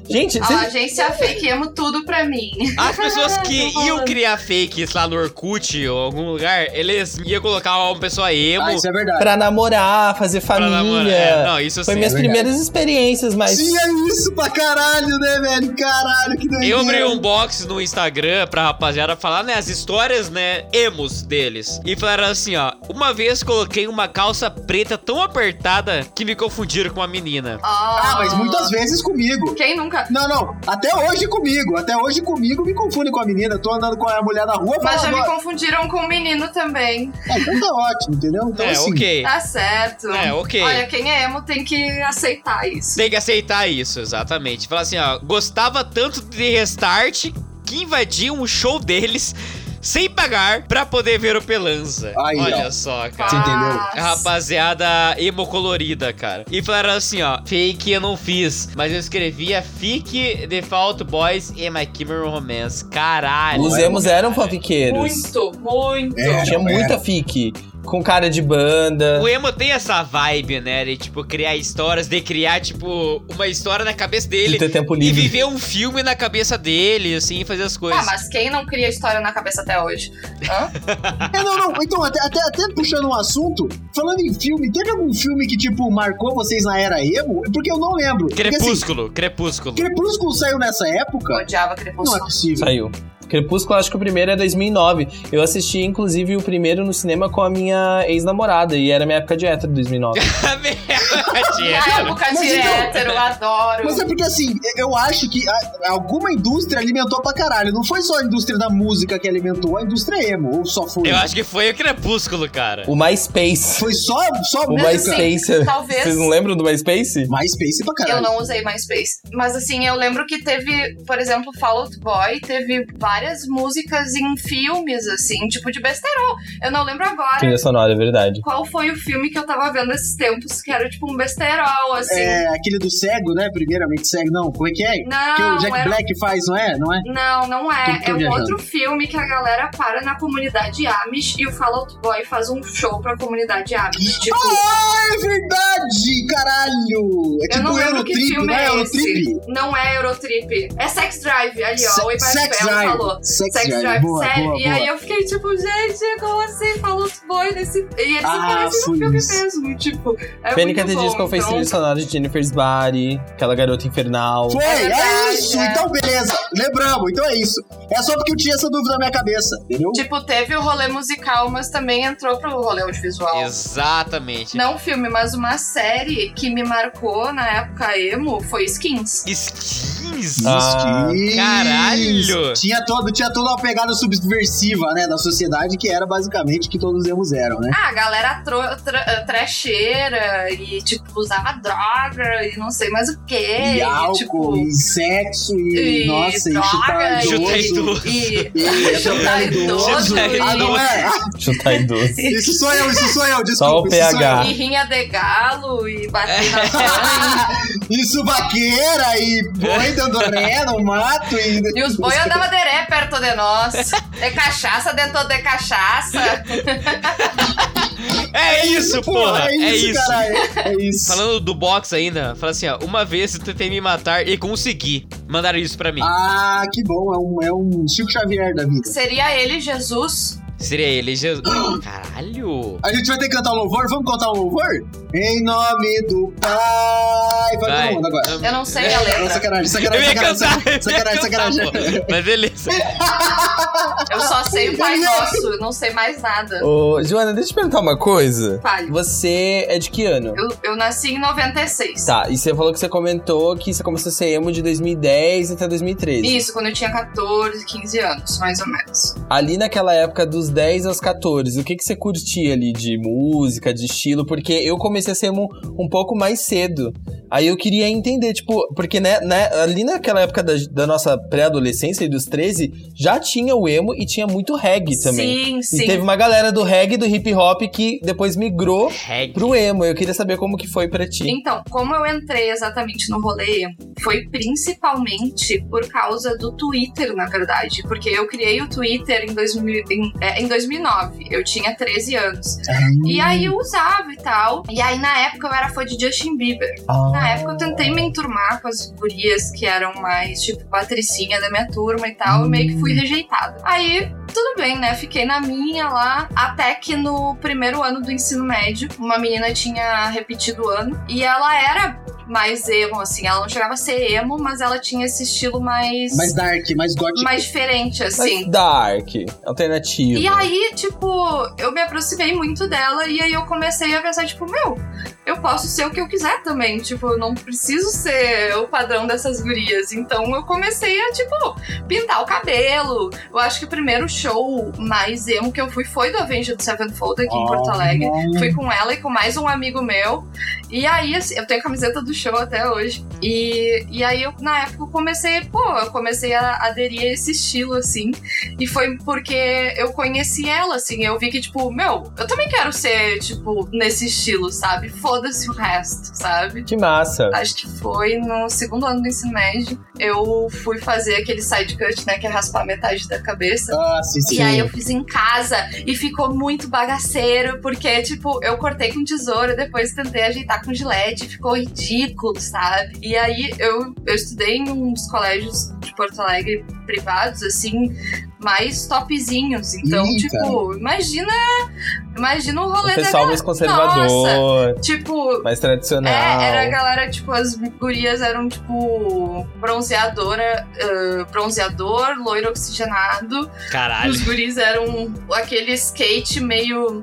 S7: Gente,
S2: A
S7: vocês-
S2: agência fake emo tudo pra mim.
S3: As pessoas
S2: Tô
S3: que
S2: falando.
S3: iam criar fakes lá no Orkut ou algum lugar, eles iam colocar uma pessoa
S1: foda.
S3: emo.
S1: Ah, isso é verdade.
S7: pra namorar, fazer
S3: pra
S7: família.
S3: namorar. É, não, isso
S7: Foi
S3: sim.
S7: minhas primeiras experiências, mas.
S1: Tinha é isso pra caralho, né, velho? Caralho, que doideira.
S3: Eu abri um box no Instagram pra rapaziada falar, né, as histórias, né, emos deles. E falaram assim, ó, uma vez coloquei uma calça preta tão apertada que me confundiram com uma menina.
S1: Ah, mas muitas vezes comigo.
S2: Oh. Quem nunca?
S1: Não, não. Até hoje comigo. Até hoje comigo me confunde com a menina. Tô andando com a mulher na rua
S2: Mas já
S1: falando.
S2: me
S1: "Ó,
S2: confundiram com o menino também.
S1: é, então tá ótimo, entendeu? Então
S3: é,
S1: assim.
S3: ok.
S2: Tá certo.
S3: É, ok.
S2: Olha, quem é emo tem que aceitar isso.
S3: Tem que aceitar isso, exatamente. Falar assim, ó, gostava tanto de Restart que invadi um show deles sem pagar pra poder ver o Pelanza.
S1: Aí,
S3: Olha
S1: ó.
S3: só, cara.
S1: Você entendeu?
S3: A Rapaziada hemocolorida, cara. E falaram assim, ó. Fake eu não fiz, mas eu escrevia Fique The Fault Boys e My Chemical Romance. Caralho.
S7: Os emos eram fanfiqueiros.
S2: Muito, muito.
S1: É.
S7: Tinha
S1: Era,
S7: muita fique. Com cara de banda.
S3: O emo tem essa vibe, né? De, tipo, criar histórias, de criar, tipo, uma história na cabeça
S7: De
S3: dele.
S7: ter tempo
S3: E
S7: livre.
S3: viver um filme na cabeça dele, assim, fazer as
S2: Ah,
S3: coisas.
S2: mas quem não cria história na cabeça até hoje? Hã?
S1: É, não, não. Então, até, até, até puxando um assunto, falando em filme, teve algum filme que, tipo, marcou vocês na era emo? Porque eu não lembro. Porque, assim,
S3: Crepúsculo, crepúsculo.
S1: Crepúsculo saiu nessa
S2: Eu
S1: época? Não
S2: odiava
S1: é
S2: Crepúsculo.
S1: possível.
S7: Saiu. Crepúsculo, acho que o primeiro é 2009. Eu assisti, inclusive, o primeiro no cinema com a minha ex-namorada. E era minha época de hétero, 2009.
S3: Ah,
S2: Na
S3: Verdade.
S2: época de
S1: Mas então-
S2: hétero, eu adoro.
S1: Mas é porque assim, eu acho que a- alguma indústria alimentou pra caralho. Não foi só a indústria da música que alimentou, a indústria emo, ou só foi.
S3: Eu acho que foi o crepúsculo, cara.
S7: o MySpace.
S1: Foi só, só
S7: O
S2: Mas, assim,
S7: MySpace.
S2: talvez-
S7: Vocês não lembram do MySpace?
S1: MySpace pra caralho.
S2: Eu não usei MySpace. Mas assim, eu lembro que teve, por exemplo, Fall Out Boy, teve várias músicas em filmes, assim, tipo de besterol. Eu não lembro agora
S7: Trilha sonora, é verdade.
S2: qual foi o filme que eu tava vendo esses tempos, que era tipo um besterol, assim.
S1: É aquele do cego, né? Primeiramente cego, não. Como é que é? que o
S2: Não,
S1: Jack
S2: era-
S1: Black faz, não é? Não é?
S2: Não, não
S1: Tô-
S2: é.
S1: tô
S2: É um
S1: viajando.
S2: outro filme que a galera para na comunidade Amish e o Fall Out Boy faz um show pra comunidade Amish. Tipo,
S1: É verdade, caralho! É
S2: eu
S1: tipo
S2: não lembro que
S1: Eurotrip,
S2: filme
S1: né?
S2: é
S1: Eurotrip.
S2: esse. Não é Eurotrip. É Sex Drive, ali, ó.
S1: Se-
S2: o Ibarfel
S1: Sex Drive.
S2: falou.
S1: Sex,
S2: Sex
S1: Drive,
S2: Drive,
S1: boa,
S2: sério.
S1: boa,
S2: e
S1: boa.
S2: aí eu fiquei tipo, gente, como assim? Falou os boy nesse. E eles
S1: Ah,
S2: aparecem
S1: foi
S2: no filme
S1: isso.
S2: mesmo, tipo. É
S7: Pênica
S2: muito
S7: The
S2: bom,
S7: Disco fez
S2: então,
S7: trilha sonora de Jennifer's Body, aquela garota infernal.
S1: Foi,
S2: É
S1: é,
S2: verdade,
S1: isso!
S2: é.
S1: Então, beleza, lembramos, então é isso. É só porque eu tinha essa dúvida na minha cabeça, entendeu?
S2: Tipo, teve o rolê musical, mas também entrou pro rolê audiovisual.
S3: Exatamente.
S2: Não um filme, mas uma série que me marcou na época emo foi Skins.
S3: Skins.
S7: Ah,
S1: Isso.
S3: caralho.
S1: Tinha, todo, tinha toda uma pegada subversiva, né, da sociedade, que era basicamente o que todos emos eram, né?
S2: Ah, a galera tro- tra- trecheira e, tipo, usava droga e não sei mais o que.
S1: E, álcool,
S2: É, tipo,
S1: e sexo, e, nossa, e chutar
S2: droga,
S1: idoso.
S3: Chutar idoso.
S2: E,
S1: E
S2: chutar idoso.
S3: Chutar
S2: e-
S1: Ah, não é? Ah,
S7: chutar idoso.
S1: isso sou eu, isso sou eu, desculpa.
S7: Só o
S1: isso sou
S7: PH.
S2: E rinha de galo e bater na mãe.
S1: eu. Isso vaqueira e
S3: É.
S1: boi dando ré no mato e...
S2: E os boi andavam deré perto de nós. De cachaça dentro de cachaça.
S3: É isso, porra. É isso.
S1: caralho, é isso.
S3: Falando do box ainda, fala assim, ó. Uma vez eu tentei me matar e consegui. Mandaram isso pra mim.
S1: Ah, que bom, é um, é um Chico Xavier da vida.
S2: Seria ele, Jesus.
S3: Seria ele, Jesus. Caralho.
S1: A gente vai ter que cantar um louvor? Vamos cantar um louvor? Em nome do Pai. Vai,
S3: Vai.
S1: todo mundo agora. é
S2: Eu não sei a
S1: Não,
S2: letra.
S1: sacanagem,
S3: Eu
S1: sacanagem,
S3: ia
S1: sacanagem,
S3: cantar, eu ia
S1: sacanagem,
S3: cantar,
S1: sacanagem.
S3: pô. Mas beleza.
S2: Eu só sei o Pai Nosso. Eu não sei mais nada.
S7: Ô, Joana, deixa eu te perguntar uma coisa.
S2: Fale.
S7: Você é de que ano?
S2: Eu, eu nasci em 96.
S7: Tá, e você falou que você comentou que você começou a ser emo de 2010 até 2013.
S2: Isso, quando eu tinha 14, 15 anos, mais ou menos.
S7: Ali naquela época dos 10 aos 14, o que, que você curtia ali de música, de estilo? Porque eu comecei a ser emo um pouco mais cedo. Aí eu queria entender, tipo, porque né, né, ali naquela época da, da nossa pré-adolescência, e dos 13, já tinha o emo e tinha muito reggae também.
S2: Sim,
S7: E
S2: sim.
S7: teve um uma galera do reggae e do hip hop que depois migrou
S3: Reggae.
S7: pro emo. Eu queria saber como que foi pra ti.
S2: Então, como eu entrei exatamente no rolê, foi principalmente por causa do Twitter, na verdade. Porque eu criei o Twitter em, 2000, em, é, em 2009. Eu tinha 13 anos. E aí eu usava e tal. E aí, na época, eu era fã de Justin Bieber. Na época, eu tentei me enturmar com as gurias que eram mais, tipo, patricinha da minha turma e tal. Eu meio que fui rejeitada. Aí, tudo bem, né? Fiquei na minha lá. Até que no primeiro ano do ensino médio, uma menina tinha repetido o ano. E ela era mais emo, assim. Ela não chegava a ser emo, mas ela tinha esse estilo mais.
S1: Mais dark, mais gótico.
S2: mais diferente,
S7: Mas
S2: assim.
S7: Dark, alternativo.
S2: E aí, tipo, eu me aproximei muito dela e aí eu comecei a pensar, tipo, meu, eu posso ser o que eu quiser também. Tipo, eu não preciso ser o padrão dessas gurias. Então eu comecei a, tipo, pintar o cabelo. Eu acho que o primeiro show mais emo que eu fui foi do Avenged Sevenfold aqui em Porto Alegre. Fui com ela e com mais um amigo meu. E aí, assim, eu tenho a camiseta do show até hoje. E, e aí, eu, na época, eu comecei, pô, eu comecei a aderir a esse estilo, assim. E foi porque eu conheci ela, assim. Eu vi que, tipo, meu, eu também quero ser, tipo, nesse estilo, sabe? Foda-se o resto, sabe?
S7: Que massa.
S2: Acho que foi no segundo ano do ensino médio. Eu fui fazer aquele side cut, né? Que é raspar metade da cabeça.
S1: Ah, sim, sim.
S2: E aí eu fiz em casa e ficou muito bagaceiro, porque, tipo, eu cortei com tesoura, depois tentei ajeitar com gilete, ficou ridículo, sabe? E aí eu, eu estudei em uns colégios de Porto Alegre privados, assim, mais topzinhos. Então,
S1: Ih,
S2: tipo, imagina. Imagina o rolê
S7: O pessoal
S2: da
S7: mais
S2: galera.
S7: conservador,
S2: Nossa, tipo,
S7: mais tradicional.
S2: é, era a galera, tipo, as gurias eram, tipo, bronzeadora, ah, bronzeador, loiro oxigenado.
S3: Caralho.
S2: Os guris eram aquele skate meio.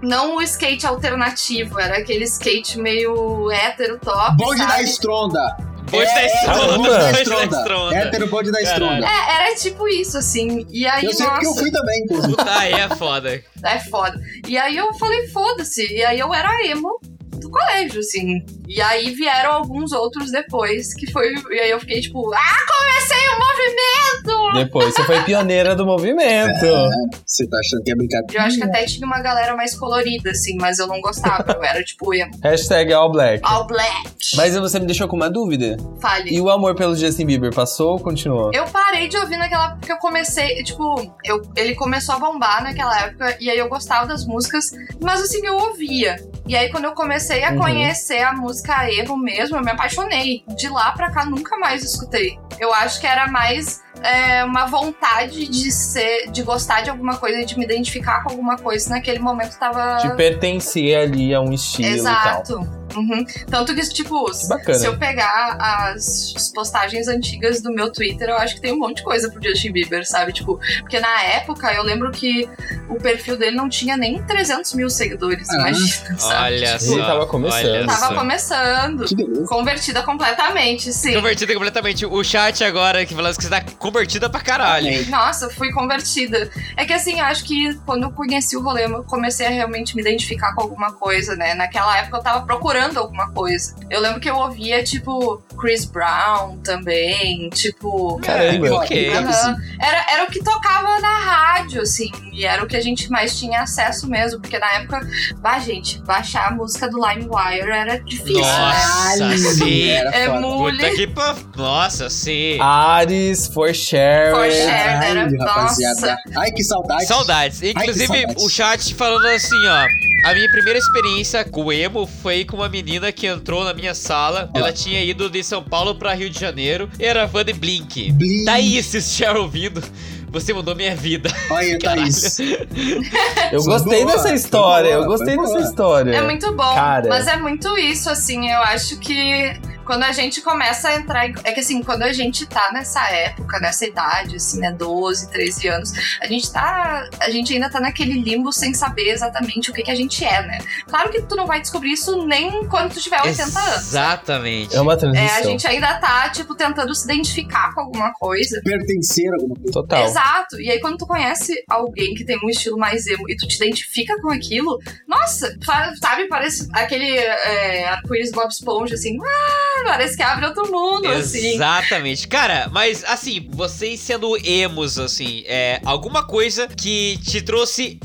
S2: Não o skate alternativo, era aquele skate meio hétero top.
S1: Bonde da
S2: sabe?
S1: estronda.
S3: Hoje tá estronda.
S1: bonde da
S3: Hoje tá
S1: estronda.
S3: estronda.
S1: Hétero bonde da
S3: Caralho.
S1: estronda.
S2: É, era tipo isso, assim. E aí,
S1: Eu sei
S2: nossa.
S1: porque eu fui também, inclusive.
S3: Puta, aí é foda.
S2: É foda. E aí eu falei, foda-se. E aí eu era emo do colégio, assim. E aí vieram alguns outros depois, que foi. E aí eu fiquei tipo, ah, comecei o movimento!
S7: Depois, você foi pioneira do movimento.
S1: Você tá achando que é
S2: Eu
S1: brincadeira?
S2: acho que até tinha uma galera mais colorida, assim, mas eu não gostava. Eu era tipo emo.
S7: Hashtag All Black.
S2: All black.
S7: Mas você me deixou com uma dúvida.
S2: Fale.
S7: E o amor pelo Justin Bieber passou ou continuou?
S2: Eu parei de ouvir naquela época que eu comecei, tipo, eu, ele começou a bombar naquela época e aí eu gostava das músicas, mas assim, eu ouvia. E aí quando eu comecei a
S7: Uhum.
S2: conhecer a música Evo mesmo, eu me apaixonei. De lá pra cá nunca mais escutei. Eu acho que era mais é, uma vontade de ser, de gostar de alguma coisa, de me identificar com alguma coisa. Naquele momento tava
S7: De pertencer ali a um estilo e tal.
S2: Exato. Uhum. Tanto que, tipo, se-
S7: bacana.
S2: se eu pegar as as postagens antigas do meu Twitter, eu acho que tem um monte de coisa pro Justin Bieber, sabe? Tipo, porque na época eu lembro que o perfil dele não tinha nem 300 mil seguidores,
S1: Ah.
S2: imagina, sabe?
S3: Olha só.
S7: Ele tava começando.
S3: olha
S2: Tava
S3: só.
S2: começando.
S1: Que beleza.
S2: Convertida completamente, sim.
S3: Convertida completamente. O chat agora que falando que você tá convertida pra caralho.
S2: Nossa, eu fui convertida. É que assim, eu acho que quando eu conheci o rolê, eu comecei a realmente me identificar com alguma coisa, né? Naquela época eu tava procurando alguma coisa. Eu lembro que eu ouvia, tipo, Chris Brown também, tipo.
S7: Caramba.
S3: É, ok.
S1: Aham.
S2: Aham. Era, era o que tocava na rádio, assim, e era o que a gente mais tinha acesso mesmo, porque na época, bah, gente, baixar a música do LimeWire era difícil, né?
S3: Nossa, sim.
S1: Era
S2: É
S1: foda.
S3: Puta
S2: mule,
S3: que pa... Nossa, sim.
S7: Ares, For Share.
S2: For Share.
S1: Caralho,
S2: É, Era-
S1: rapaziada. Ai, que saudade.
S3: Saudades.
S1: Ai,
S3: Inclusive,
S1: que saudades.
S3: o chat falando assim, ó. A minha primeira experiência com o emo foi com uma menina que entrou na minha sala. Ela tinha ido de São Paulo pra Rio de Janeiro e era fã de Blink. Tá
S1: Blink.
S3: Daí, se estiver ouvindo, Você mudou minha vida.
S1: Olha, aí, Thaís.
S7: Eu
S1: Foi
S7: gostei
S1: boa,
S7: dessa
S1: foi
S7: história,
S1: boa,
S7: eu gostei
S1: foi
S7: dessa
S1: boa.
S7: história.
S2: É muito bom,
S7: Cara.
S2: mas é muito isso, assim, eu acho que quando a gente começa a entrar em... É que assim, quando a gente tá nessa época, nessa idade, assim, né, 12, 13 anos, a gente tá... A gente ainda tá naquele limbo sem saber exatamente o que que a gente é, né? Claro que tu não vai descobrir isso nem quando tu tiver 80 anos.
S3: Exatamente.
S7: É uma
S2: É, a
S7: transição.
S2: gente ainda tá, tipo, tentando se identificar com alguma coisa.
S1: Pertencer a alguma coisa.
S7: Total.
S2: Exato. E aí, quando tu conhece alguém que tem um estilo mais emo e tu te identifica com aquilo, nossa, fa- sabe? Parece aquele é, arco-íris Bob Esponja, assim, ah, parece que abre outro mundo, assim.
S3: Exatamente. Cara, mas assim, vocês sendo emos, assim, é alguma coisa que te trouxe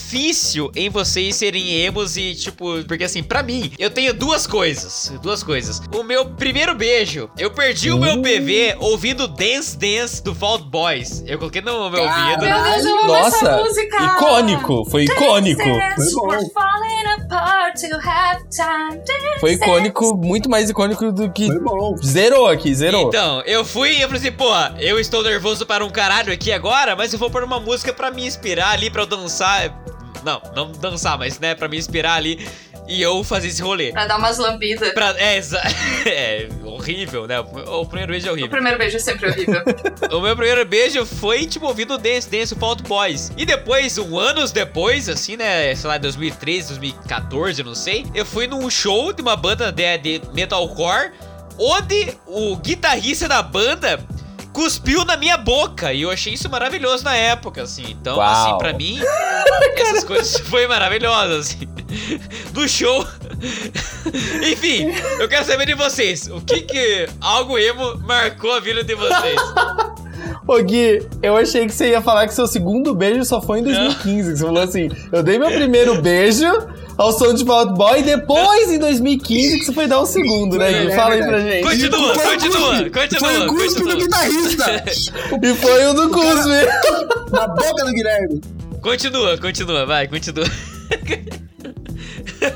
S3: benefício em vocês serem emos e, tipo, porque assim, pra mim, eu tenho duas coisas. Duas coisas. O meu primeiro beijo, eu perdi o
S2: Uh.
S3: meu PV ouvindo Dance Dance do Vault Boys. Eu coloquei no meu
S2: Ah,
S3: ouvido.
S2: Meu Deus, eu amo essa
S7: Nossa,
S2: música!
S7: icônico, foi icônico.
S1: Foi bom.
S2: We're falling apart to have time.
S7: Foi icônico, muito mais icônico do que
S1: Foi bom.
S7: zerou aqui, zerou.
S3: Então, eu fui e eu falei assim, pô, eu estou nervoso para um caralho aqui agora, mas eu vou pôr uma música pra me inspirar ali, pra eu dançar. Não, não dançar, mas né, pra me inspirar ali e eu fazer esse rolê.
S2: Pra dar umas lambidas.
S3: Pra- é, exa- é horrível, né? O primeiro beijo é
S2: O
S3: horrível.
S2: primeiro beijo é sempre horrível.
S3: O meu primeiro beijo foi, tipo, ouvindo Dance Dance, o Fault Boys. E depois, um anos depois, assim, né, sei lá, 2013, 2014, não sei, eu fui num show de uma banda de, de metalcore, onde o guitarrista da banda cuspiu na minha boca. E eu achei isso maravilhoso na época, assim. Então,
S7: Uau.
S3: assim, pra mim, essas coisas foi maravilhosas, assim. Do show. Enfim, eu quero saber de vocês. O que que algo emo marcou a vida de vocês?
S7: Ô Gui, eu achei que você ia falar que seu segundo beijo só foi em 2015. que Você falou assim: eu dei meu primeiro beijo ao som de Fallout Boy e depois em 2015 que você foi dar o segundo, né, Gui?
S1: É
S7: Fala aí pra
S1: verdade.
S7: gente.
S3: Continua,
S1: Foi o
S3: continua,
S1: cuspe.
S3: continua,
S1: Foi o cuspe
S3: continua.
S1: do guitarrista.
S7: E foi o do Cusme.
S1: na boca do Guilherme.
S3: Continua, continua, vai, continua.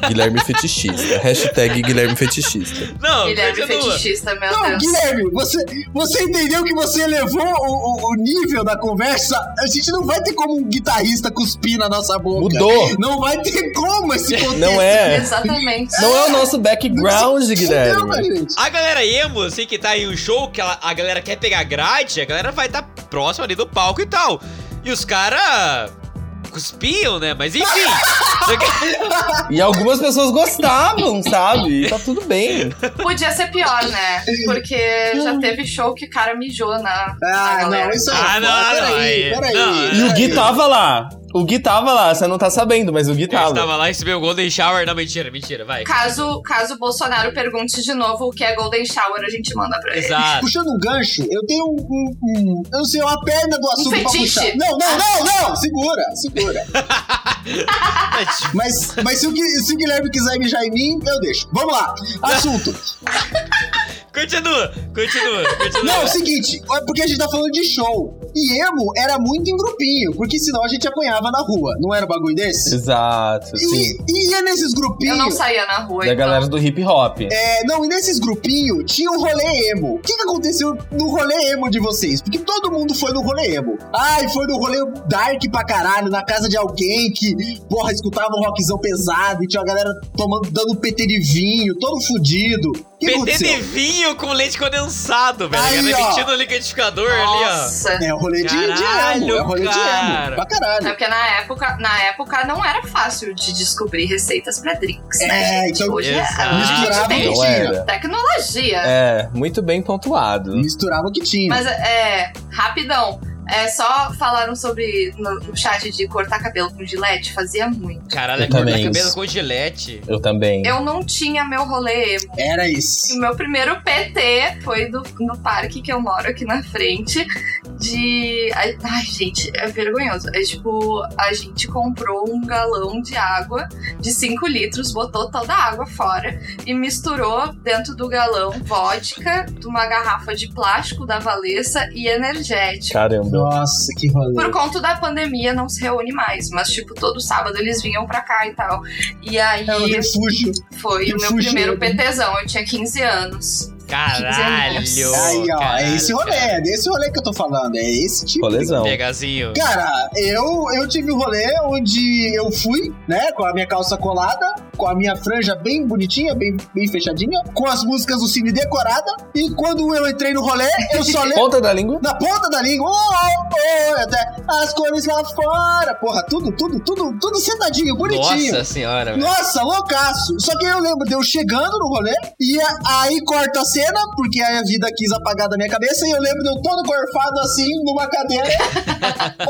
S7: Guilherme Fetichista. Hashtag Guilherme Fetichista.
S3: Não,
S7: é
S2: Guilherme
S3: continua.
S2: é fetichista, meu
S1: Não,
S2: Deus.
S1: Guilherme, você, você entendeu que você elevou o, o- o nível da conversa? A gente não vai ter como um guitarrista cuspir na nossa boca.
S7: Mudou.
S1: Não vai ter como esse contexto.
S7: Não é.
S2: Exatamente.
S7: Não é o nosso background,
S1: Não,
S7: Guilherme.
S1: gente.
S3: A galera emo, assim, que tá em um show, que ela- a galera quer pegar grade, a galera vai tá próxima ali do palco e tal. E os caras cuspiam, né? Mas enfim. Só que-
S7: E algumas pessoas gostavam, sabe? E tá tudo bem.
S2: Podia ser pior, né? Porque já teve show que o cara mijou na. na
S1: Ah,
S2: galera.
S1: não, isso aí.
S3: Ah,
S1: peraí,
S3: não, não,
S1: peraí.
S3: não,
S1: peraí.
S7: E o Gui tá- tava lá. O Gui tava lá, você não tá sabendo, mas o Gui
S3: Eu
S7: tava.
S3: estava lá e recebeu o Golden Shower. Não, mentira, mentira, vai.
S2: Caso, caso o Bolsonaro pergunte de novo o que é Golden Shower, a gente manda pra ele.
S3: Exato.
S1: Puxando um gancho, eu tenho um, um- um- Eu não sei, uma perna
S3: Um
S1: do assunto pra
S2: fetiche.
S1: puxar. Não, não, não,
S3: Ah.
S1: não! Segura, segura. Mas, mas se, o, Gui- se o Guilherme quiser mijar em mim, eu deixo. Vamos lá. Assunto.
S3: Continua, continua, continua.
S1: Não, é o seguinte, é porque a gente tá falando de show. E emo era muito em grupinho, porque senão a gente apanhava na rua. Não era um bagulho desse?
S7: Exato, sim.
S1: E, e ia nesses
S2: Eu não
S1: grupinhos.
S2: saía na rua,
S7: Da
S2: então.
S7: galera do hip hop.
S1: É, não, e nesses grupinhos tinha o rolê emo. O que, que aconteceu no rolê emo de vocês? Porque todo mundo foi no rolê emo. Ai, foi no rolê dark pra caralho, na casa de alguém que, porra, escutava um rockzão pesado e tinha a galera tomando, dando PT de vinho, todo fudido. O que
S3: PT
S1: aconteceu?
S3: de vinho com leite condensado, velho.
S1: Aí,
S3: Aí,
S1: ó.
S3: metido no liquidificador ali,
S2: Nossa.
S1: É o rolê de, de emo,
S3: Caralho,
S1: é o rolê de
S3: cara.
S1: emo, pra caralho.
S2: É porque na época, na época não era fácil de descobrir receitas pra drinks, né?
S1: É,
S2: gente?
S1: então-
S2: Hoje é,
S3: Exato.
S2: a gente
S1: Misturava
S2: tem
S1: o que
S7: Não
S1: tinha.
S7: era.
S2: tecnologia.
S7: É, muito bem pontuado.
S1: Misturava o que tinha.
S2: Mas é, rapidão. É, só falaram sobre no, no chat de cortar cabelo com gilete, fazia muito.
S3: ó. Caralho,
S7: Eu
S3: é cortar
S7: também.
S3: cabelo com gilete.
S7: Eu também.
S2: Eu não tinha meu rolê emo.
S1: Era
S2: O
S1: isso.
S2: meu primeiro PT foi do, no parque que eu moro aqui na frente. De. Ai, ai, gente, é vergonhoso. É tipo, a gente comprou um galão de água de 5 litros, botou toda a água fora e misturou dentro do galão vodka, de uma garrafa de plástico da Valessa e energético.
S7: Caramba.
S1: Nossa, que rolê.
S2: Por conta da pandemia não se reúne mais, mas tipo, todo sábado eles vinham pra cá e tal. E aí.
S1: É um refúgio.
S2: Foi o meu
S1: Fugiu,
S2: primeiro
S1: né?
S2: PTzão, eu tinha 15 anos.
S3: Caralho!
S1: Aí, ó, é esse rolê,
S3: cara.
S1: é desse rolê que eu tô falando, é esse tipo.
S7: Rolezão.
S3: Pegazinho.
S1: Cara, eu, eu tive um rolê onde eu fui, né, com a minha calça colada, com a minha franja bem bonitinha, bem, bem fechadinha, com as músicas do cine decorada, e quando eu entrei no rolê, eu só lembro.
S7: Ponta da língua.
S1: Na ponta da língua, oh, oh, oh, até as cores lá fora, porra, tudo, tudo, tudo, tudo sentadinho, bonitinho.
S3: Nossa senhora, velho.
S1: Nossa, loucaço! Só que eu lembro de eu chegando no rolê, e a- aí corta a cena, porque aí a vida quis apagar da minha cabeça, e eu lembro de eu todo gorfado assim, numa cadeira,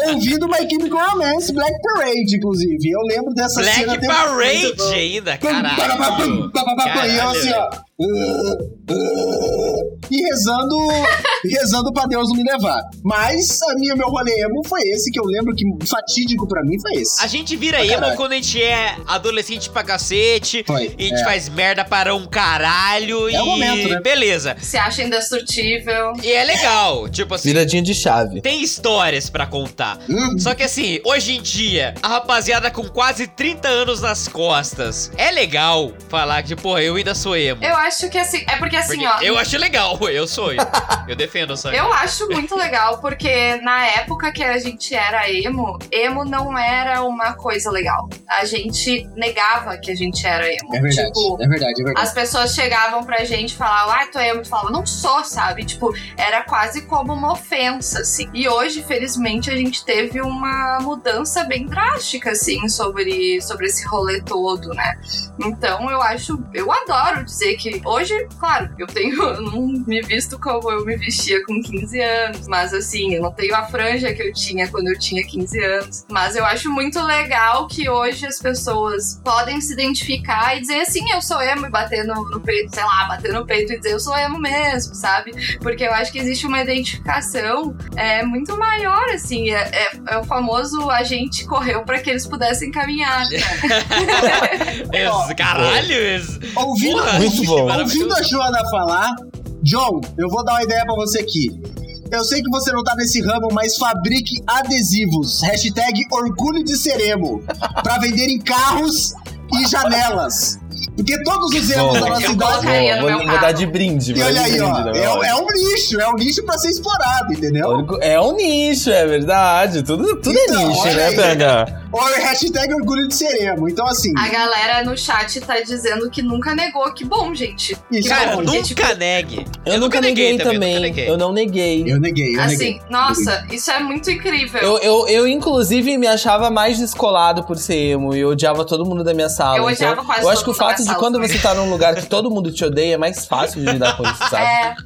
S1: ouvindo My Chemical Romance, Black Parade, inclusive. Eu lembro dessa cena...
S3: Black
S1: até-
S3: Parade ainda,
S1: Pum, pum,
S3: caralho.
S1: pum, pum, pum, pum, E eu assim, ó... E rezando, e rezando pra Deus não me levar. Mas a minha, meu rolê emo foi esse, que eu lembro que fatídico pra mim foi esse.
S3: A gente vira
S1: Pra
S3: emo
S1: caralho.
S3: quando a gente é adolescente pra cacete,
S1: Foi,
S3: e a gente faz merda para um caralho
S1: É
S3: e
S1: o momento, né?
S3: beleza.
S2: Se acha indestrutível.
S3: E é legal, tipo assim,
S7: Viradinha de chave.
S3: tem histórias pra contar.
S1: Hum.
S3: Só que assim, hoje em dia, a rapaziada com quase 30 anos nas costas, é legal falar que, porra, eu ainda sou emo.
S2: Eu acho que assim. É porque assim,
S3: Porque
S2: ó.
S3: eu acho legal, eu sou emo. eu defendo essa
S2: Eu acho muito legal, porque na época que a gente era emo, emo não era uma coisa legal. A gente negava que a gente era emo.
S1: É verdade,
S2: Tipo,
S1: é verdade, é verdade.
S2: as pessoas chegavam pra gente e falavam, ah, tu é emo, tu falava, não sou, sabe? Tipo, era quase como uma ofensa, assim. E hoje, felizmente, a gente teve uma mudança bem drástica, assim, sobre, sobre esse rolê todo, né? Então eu acho, eu adoro dizer que hoje, claro, eu tenho, eu não me visto como eu me vestia com 15 anos, mas assim, eu não tenho a franja que eu tinha quando eu tinha 15 anos. Mas eu acho muito legal que hoje as pessoas podem se identificar e dizer assim, eu sou emo e bater no, no peito, sei lá, bater no peito e dizer eu sou emo mesmo, sabe? Porque eu acho que existe uma identificação é, muito maior, assim, é, é- é o famoso a gente correu pra que eles pudessem caminhar, né?
S3: Esse- Caralho, esse-
S1: Ouvindo,
S3: Porra,
S7: muito
S1: ouvi-
S7: bom.
S1: ouvindo a Joana falar, John, eu vou dar uma ideia pra você aqui. Eu sei que você não tá nesse ramo, mas fabrique adesivos. Hashtag orgulho de seremo. Pra vender em carros e janelas. Porque todos os emos
S7: Bom.
S1: da nossa
S2: Eu
S1: idade.
S2: colocaria no
S7: vou,
S2: meu
S7: vou
S2: carro.
S7: dar de brinde.
S1: E
S7: vou
S1: olha
S7: dar de
S1: aí,
S7: brinde,
S1: ó.
S7: na
S1: É, um-
S7: verdade.
S1: é um nicho, é um nicho pra ser explorado, entendeu?
S7: Orgu- É um nicho, é verdade. Tudo, tudo
S1: Então,
S7: é nicho,
S1: olha
S7: né,
S1: aí.
S7: PH?
S1: Ou hashtag orgulho de seremo. Então, assim.
S2: A galera no chat tá dizendo que nunca negou. Que bom, gente.
S1: Isso
S3: Cara,
S1: é bom.
S3: nunca
S2: Porque, tipo,
S3: negue.
S7: Eu, nunca neguei, também.
S3: nunca neguei.
S7: Eu não neguei.
S1: Eu neguei, eu
S2: assim,
S1: neguei.
S2: nossa, isso é muito incrível.
S7: Eu, eu, eu, inclusive, me achava mais descolado por ser emo e eu odiava todo mundo da minha sala.
S2: Eu odiava
S7: então,
S2: quase
S7: Eu
S2: todo
S7: acho que o
S2: mundo da
S7: fato
S2: minha
S7: de
S2: sala
S7: quando
S2: também.
S7: você tá num lugar que todo mundo te odeia é mais fácil de lidar com isso,
S1: tá,
S7: sabe?
S2: É,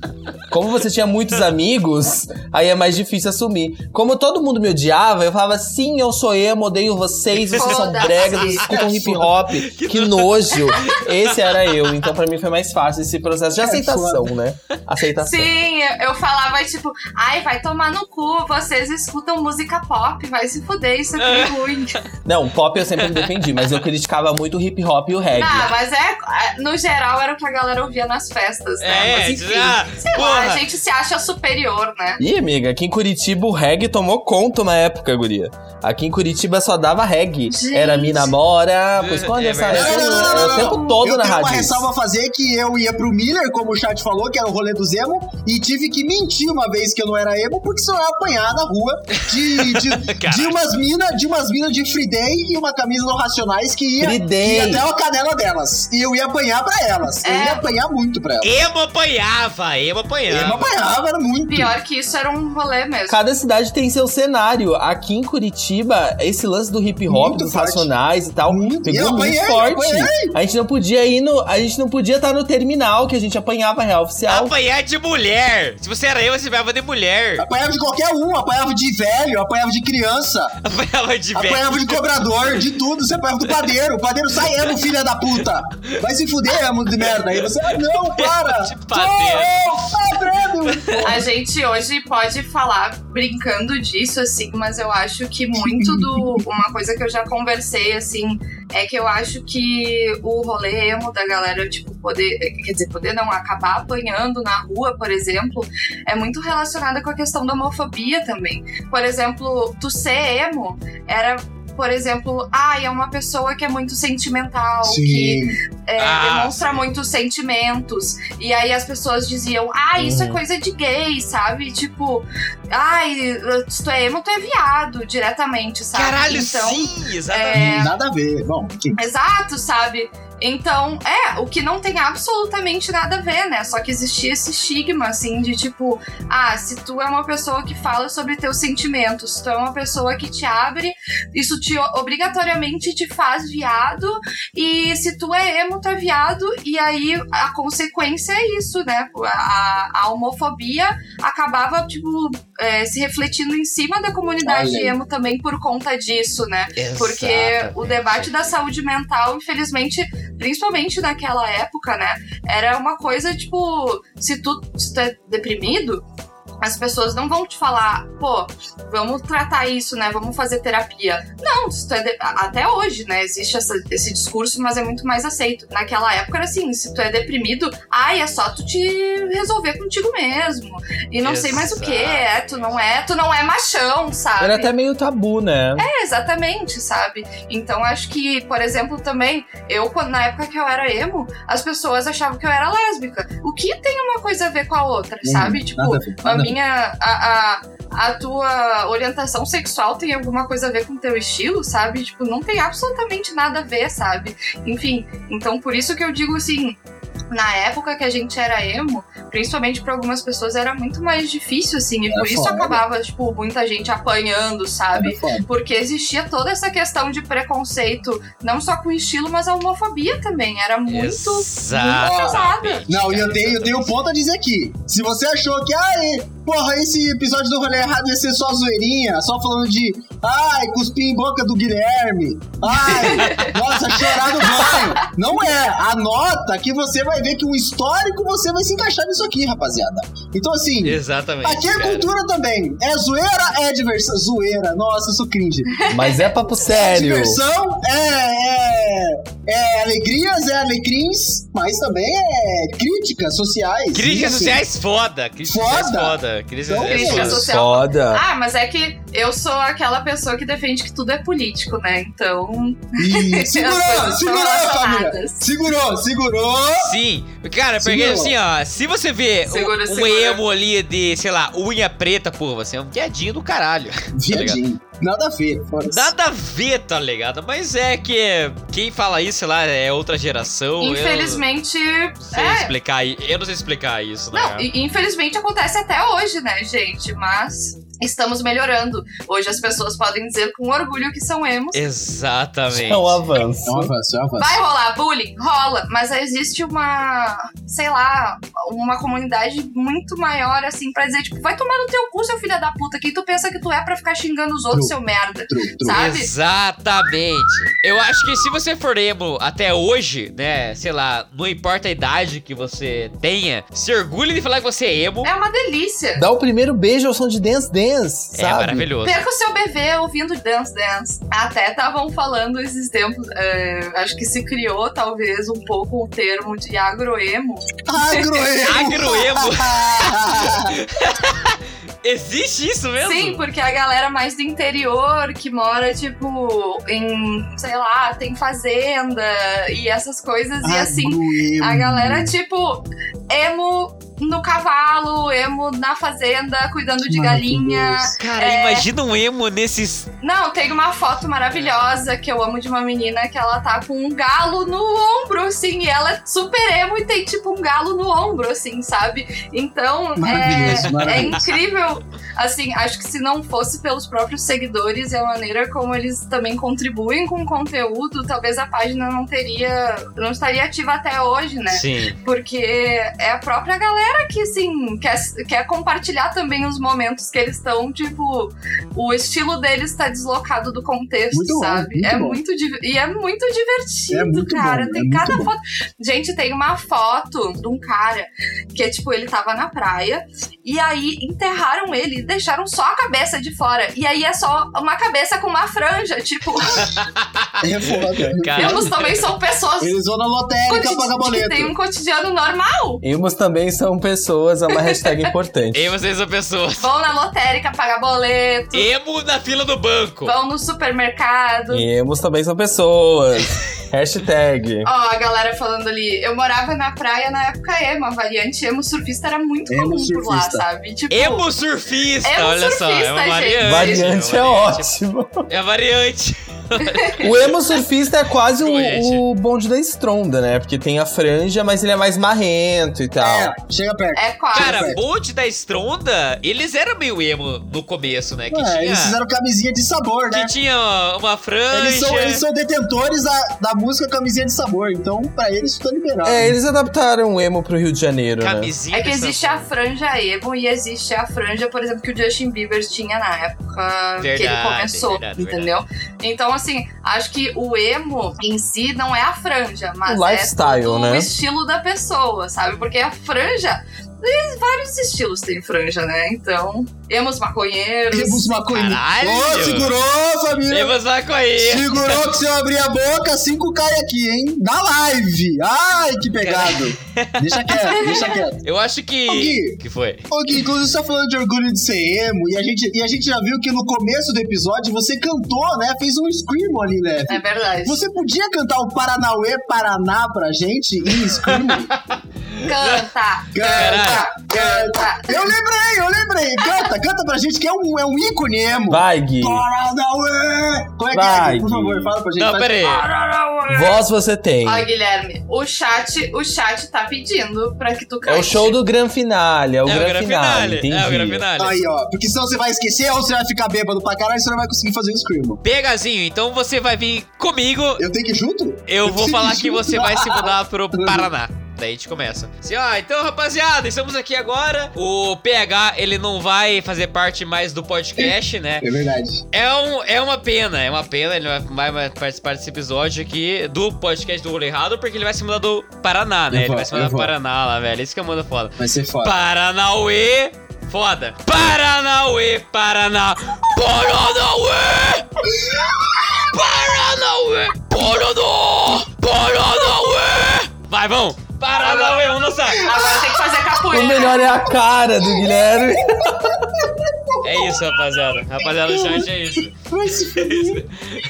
S7: Como você tinha muitos amigos, aí é mais difícil assumir. Como todo mundo me odiava, eu falava, sim, eu sou emo, odeio vocês, vocês são
S2: Foda-se.
S7: bregas, vocês escutam hip hop, que nojo. Esse era eu, então pra mim foi mais fácil esse processo de
S1: É,
S7: aceitação, né?
S1: tá
S7: Aceitação.
S2: sim, eu- eu falava tipo, ai, vai tomar no cu, vocês escutam música pop, vai se fuder, isso é ruim.
S7: Não, pop eu sempre me defendi, mas eu criticava muito o hip hop e o reggae.
S2: Ah, mas é, no geral era o que a galera ouvia nas festas, né?
S3: É,
S2: mas enfim.
S3: ah,
S2: sei lá,
S3: porra.
S2: a gente se acha superior, né?
S7: Ih, amiga, aqui em Curitiba o reggae tomou conta uma época, guria. Aqui em Curitiba só dava reggae.
S2: Gente.
S7: Era me namora, pois
S3: É,
S7: quando
S3: é
S7: essa...
S3: verdade.
S7: Era o tempo todo
S1: eu
S7: na
S1: tenho
S7: rádio.
S1: uma
S7: isso.
S1: ressalva a fazer que eu ia pro Miller, como o chat falou, que era o rolê do Zemo, e tive que mentir uma vez que eu não era emo, porque senão eu ia apanhar na rua de, de, de
S3: Caralho.
S1: umas minas de, umas mina de Free Day e uma camisa do Racionais que ia,
S7: Free
S1: que
S7: Day.
S1: ia até a canela delas. E eu ia apanhar pra elas. Eu
S2: É.
S1: ia apanhar muito pra elas.
S3: Emo apanhava,
S1: Eu
S3: emo
S7: É.
S3: apanhava.
S1: apanhava, era muito.
S2: Pior que isso era um rolê mesmo.
S7: Cada cidade tem seu cenário. Aqui em Curitiba, esse lance do hip hop,
S1: Muito
S7: dos
S1: forte.
S7: racionais e tal,
S1: Muito. Eu
S7: pegou
S1: apanhei,
S7: muito
S1: eu
S7: forte.
S1: apanhei.
S7: A gente não podia ir no. A gente não podia estar no terminal, que a gente apanhava a real oficial.
S3: Apanhar de mulher. Se você era eu, você apanhava de mulher.
S1: Apanhava de qualquer um, apanhava de velho, apanhava de criança,
S3: Apanhava de velho.
S1: apanhava de cobrador, de tudo. Você apanhava do padeiro. O padeiro sai emo, filha da puta. Vai se fuder, emo de merda. Aí você, ah, não, para.
S3: De padeiro.
S2: A gente hoje pode falar brincando disso, assim, mas eu acho que muito do. Uma coisa que eu já conversei, assim, é que eu acho que o rolê emo da galera, tipo, poder. Quer dizer, poder não acabar apanhando na rua, por exemplo, é muito relacionada com a questão da homofobia também. Por exemplo, tu ser emo era. por exemplo, ai, é uma pessoa que é muito sentimental, que
S1: Sim.
S2: é,
S3: Ah,
S2: demonstra muitos sentimentos. E aí as pessoas diziam, ah, isso
S3: Uhum.
S2: é coisa de gay, sabe? Tipo, ai, se tu é emo, tu é viado, diretamente, sabe?
S3: Caralho,
S2: então,
S3: sim, exatamente.
S2: é,
S1: Nada a ver. Bom, enfim.
S2: Exato, sabe? Então, é, o que não tem absolutamente nada a ver, né? Só que existia esse estigma, assim, de tipo, ah, se tu é uma pessoa que fala sobre teus sentimentos, se tu é uma pessoa que te abre, isso te o- obrigatoriamente te faz viado, e se tu é emo, tu é viado, e aí a consequência é isso, né? A, a homofobia acabava, tipo, é, se refletindo em cima da comunidade
S1: Olha aí.
S2: emo também por conta disso, né? Porque o
S3: Exatamente.
S2: debate da saúde mental, infelizmente, principalmente naquela época, né? Era uma coisa tipo: se tu, se tu é deprimido, as pessoas não vão te falar, pô, vamos tratar isso, né? Vamos fazer terapia. Não, se tu é de- a- até hoje, né? Existe essa- esse discurso, mas é muito mais aceito. Naquela época era assim: se tu é deprimido, ai, é só tu te resolver contigo mesmo. E não sei mais o que, é, tu não é, tu não é machão, sabe?
S7: Era até meio tabu, né?
S2: É, exatamente, sabe? Então acho que, por exemplo, também, eu, quando- na época que eu era emo, as pessoas achavam que eu era lésbica. O que tem uma coisa a ver com a outra,
S1: Hum,
S2: sabe? Tipo,
S1: nada a ver.
S2: a
S1: nada a ver.
S2: minha. A, a, a tua orientação sexual tem alguma coisa a ver com o teu estilo, sabe? Tipo, não tem absolutamente nada a ver, sabe? Enfim, então por isso que eu digo assim. Na época que a gente era emo, principalmente para algumas pessoas, era muito mais difícil, assim, e
S1: Era
S2: por isso
S1: foda.
S2: acabava, tipo, muita gente apanhando, sabe?
S1: Nada foda.
S2: Porque existia toda essa questão de preconceito, não só com o estilo, mas a homofobia também. Era muito.
S3: Exatamente.
S1: Não, e eu tenho, eu tenho um
S3: Exatamente.
S1: ponto a dizer aqui. Se você achou que, ai, porra, esse episódio do Rolê Errado ia ser só zoeirinha, só falando de, ai, cuspir em boca do Guilherme, ai, nossa, chorar no banho. Não é. Anota que você vai ver que um histórico você vai se encaixar nisso aqui, rapaziada. Então, assim,
S3: Exatamente.
S1: aqui é
S3: cara.
S1: cultura também. É zoeira, é diversão. Zoeira, nossa, eu sou cringe.
S7: Mas é papo
S1: É
S7: sério.
S1: diversão, é, é, é alegrias, é alecrins, mas também é críticas sociais. E,
S3: Críticas
S1: assim,
S3: sociais foda. Críticas sociais
S1: Foda.
S3: foda. Críticas
S1: Então,
S3: sociais
S2: críticas
S3: foda.
S2: sociais.
S7: Foda.
S2: Ah, mas é que eu sou aquela pessoa que defende que tudo é político, né? Então.
S1: E
S2: as
S1: segurou,
S2: coisas estão
S1: segurou, família.
S2: relacionadas.
S1: Segurou, segurou.
S3: Sim, cara, porque
S1: Segura.
S3: assim, ó, se você vê
S2: Segura,
S3: o,
S2: segura.
S3: um emo ali de, sei lá, unha preta, pô, você é um viadinho do caralho.
S1: Viadinho. Nada a ver. fora.
S3: Nada a ver, tá ligado? Mas é que quem fala isso, sei lá, é outra geração. eu
S2: infelizmente.
S3: não sei
S2: é.
S3: explicar, i- eu não sei explicar isso, né?
S2: Não, e- infelizmente acontece até hoje, né, gente? Mas estamos melhorando. Hoje as pessoas podem dizer com orgulho que são emos.
S3: É. Exatamente.
S7: É
S1: É
S7: um
S1: um
S7: avanço.
S1: avanço, é um avanço.
S2: Vai rolar bullying? Rola, mas existe uma, sei lá, uma comunidade muito maior, assim, pra dizer, tipo, vai tomar no teu cu, seu filho da puta, quem tu pensa que tu é pra ficar xingando os outros,
S1: True.
S2: seu merda,
S1: Tru, tru.
S2: sabe?
S3: Exatamente. Eu acho que se você for emo até hoje, né, sei lá, não importa a idade que você tenha, se orgulhe de falar que você é emo.
S2: É uma delícia.
S7: Dá o primeiro beijo ao som de Dance Dance,
S3: é
S7: sabe?
S3: maravilhoso.
S2: Perca o seu bebê ouvindo Dance Dance. Até estavam falando esses tempos, é, acho que se criou talvez um pouco o termo de agroemo.
S1: Agroemo.
S3: Agroemo. Existe isso É mesmo?
S2: Sim, porque a galera mais do interior que mora, tipo, em, sei lá, tem fazenda e essas coisas. E assim,
S1: Agroemo.
S2: a galera, tipo, emo no cavalo, emo na fazenda, cuidando de galinha.
S3: Cara,
S2: É.
S3: imagina um emo nesses.
S2: Não, tem uma foto maravilhosa que eu amo de uma menina que ela tá com um galo no ombro, assim, e ela é super emo e tem tipo um galo no ombro, assim, sabe? Então,
S1: Maravilhoso,
S2: é, é
S1: maravilhoso.
S2: incrível. Assim, acho que se não fosse pelos próprios seguidores e a maneira como eles também contribuem com o conteúdo, talvez a página não teria. não estaria ativa até hoje, né?
S3: Sim.
S2: Porque é a própria galera que, assim, quer, quer compartilhar também os momentos que eles estão, tipo, o estilo deles tá deslocado do contexto,
S1: Muito bom,
S2: sabe?
S1: muito
S2: é
S1: bom.
S2: muito div- E é muito divertido,
S1: É muito bom,
S2: cara.
S1: é
S2: tem
S1: muito
S2: cada
S1: bom.
S2: foto. Gente, tem uma foto de um cara que é tipo, ele tava na praia e aí enterraram ele e deixaram só a cabeça de fora. E aí é só uma cabeça com uma franja, tipo,
S1: É foda.
S3: Cara.
S2: eles também são pessoas.
S1: Eles vão na lotérica
S2: cotid-
S1: pagar
S2: que
S1: boleto.
S2: tem um cotidiano normal.
S7: Imos também são pessoas é uma hashtag importante.
S3: Emo vocês são pessoas.
S2: Vão na lotérica pagar boleto,
S3: Emo na fila do banco.
S2: vão no supermercado.
S7: E emos também são pessoas. Hashtag.
S2: Ó, a galera falando ali, eu morava na praia na época emo, a variante emo surfista era muito
S1: Emo
S2: comum por lá,
S1: surfista.
S2: sabe? Tipo,
S3: Emo surfista,
S2: Emo
S3: olha só. É uma
S2: surfista, gente.
S3: variante.
S7: Variante é ótimo.
S3: É a variante.
S7: O emo surfista é quase
S3: Corrente.
S7: o, o bonde da estronda, né? Porque tem a franja, mas ele é mais marrento e tal.
S1: É, chega perto.
S2: é quase.
S3: Cara, Bolt da Estronda, eles eram meio emo no começo, né? Que
S7: Ah,
S1: É,
S3: tinha,
S1: Eles fizeram camisinha de sabor, né?
S3: que tinha uma franja.
S1: Eles são, eles são detentores da, da música camisinha de sabor, então pra eles fica liberado.
S7: É, eles adaptaram o emo pro Rio de Janeiro, né?
S3: Camisinha.
S2: É que
S3: essa-
S2: existe a franja emo e existe a franja, por exemplo, que o Justin Bieber tinha na época que ele
S3: Verdade,
S2: começou,
S3: verdade,
S2: entendeu? Então, assim, acho que o emo em si não é a franja, mas
S7: O
S2: é
S7: lifestyle,
S2: todo o
S7: né?
S2: estilo da pessoa, sabe? Porque a franja, tem vários estilos tem franja, né? Então, emos maconheiros.
S1: Rebus maconha.
S3: Caralho!
S1: Ô, segurou, família!
S3: Emos maconheiro.
S1: Segurou que se eu abrir a boca, 5 cai aqui, hein? Da live! Ai, que pegado! Deixa quieto, deixa quieto.
S3: Eu acho
S1: Ô,
S3: que.
S1: Gui.
S3: Que foi?
S1: Ô, Gui, inclusive você tá falando de orgulho de ser emo, e a, gente, e a gente já viu que no começo do episódio você cantou, né? Fez um scream ali, né?
S2: É verdade.
S1: Você podia cantar o Paranauê Paraná pra gente em scream?
S2: Canta,
S3: Caralho.
S2: canta, canta.
S1: eu lembrei, eu lembrei! Canta, canta pra gente, que é um, é um ícone emo!
S7: Vai, Gui.
S1: Paranauê! Como é que é,
S7: Vai,
S1: Gui? Por favor,
S7: Gui.
S1: fala pra gente.
S3: Não,
S1: Faz-
S3: pera aí.
S7: Ah, Voz você tem.
S2: Ó, Guilherme, o chat, o chat tá pedindo pra que tu
S7: É
S2: cante.
S7: o show do Gran Finale, é o
S3: é
S7: Gran,
S3: o grande
S7: Finale,
S3: finale.
S7: entendi.
S3: É o grande finale.
S1: Aí, ó. Porque senão você vai esquecer ou você vai ficar bêbado pra caralho e você não vai conseguir fazer o Scream.
S3: Pegazinho, então você vai vir comigo.
S1: Eu tenho que ir junto?
S3: Eu vou
S1: tenho
S3: falar
S1: ir
S3: que
S1: junto?
S3: você vai se mudar pro Paraná. Daí a gente começa. Assim, ó, então, rapaziada, estamos aqui agora. O PH, ele não vai fazer parte mais do podcast, né?
S1: É verdade.
S3: É, um, é uma pena, é uma pena. Ele não vai mais participar desse episódio aqui do podcast do Rolê Errado, porque ele vai se mudar do Paraná, né?
S1: Eu
S3: ele
S1: vou,
S3: vai se
S1: eu
S3: mudar do
S1: vou.
S3: Paraná lá, velho. Isso que é manda foda.
S1: Vai ser foda.
S3: Paranauê, foda. Paranauê, Paraná. Paranauê! Paranauê! Paranó! Paranauê! Vai, vamos! Paranauê, vamos dançar!
S2: Agora tem que fazer
S7: O
S2: capoeira.
S7: melhor é a cara do Guilherme.
S3: É isso, rapaziada. Rapaziada, do chat é isso.
S1: Vai se fuder.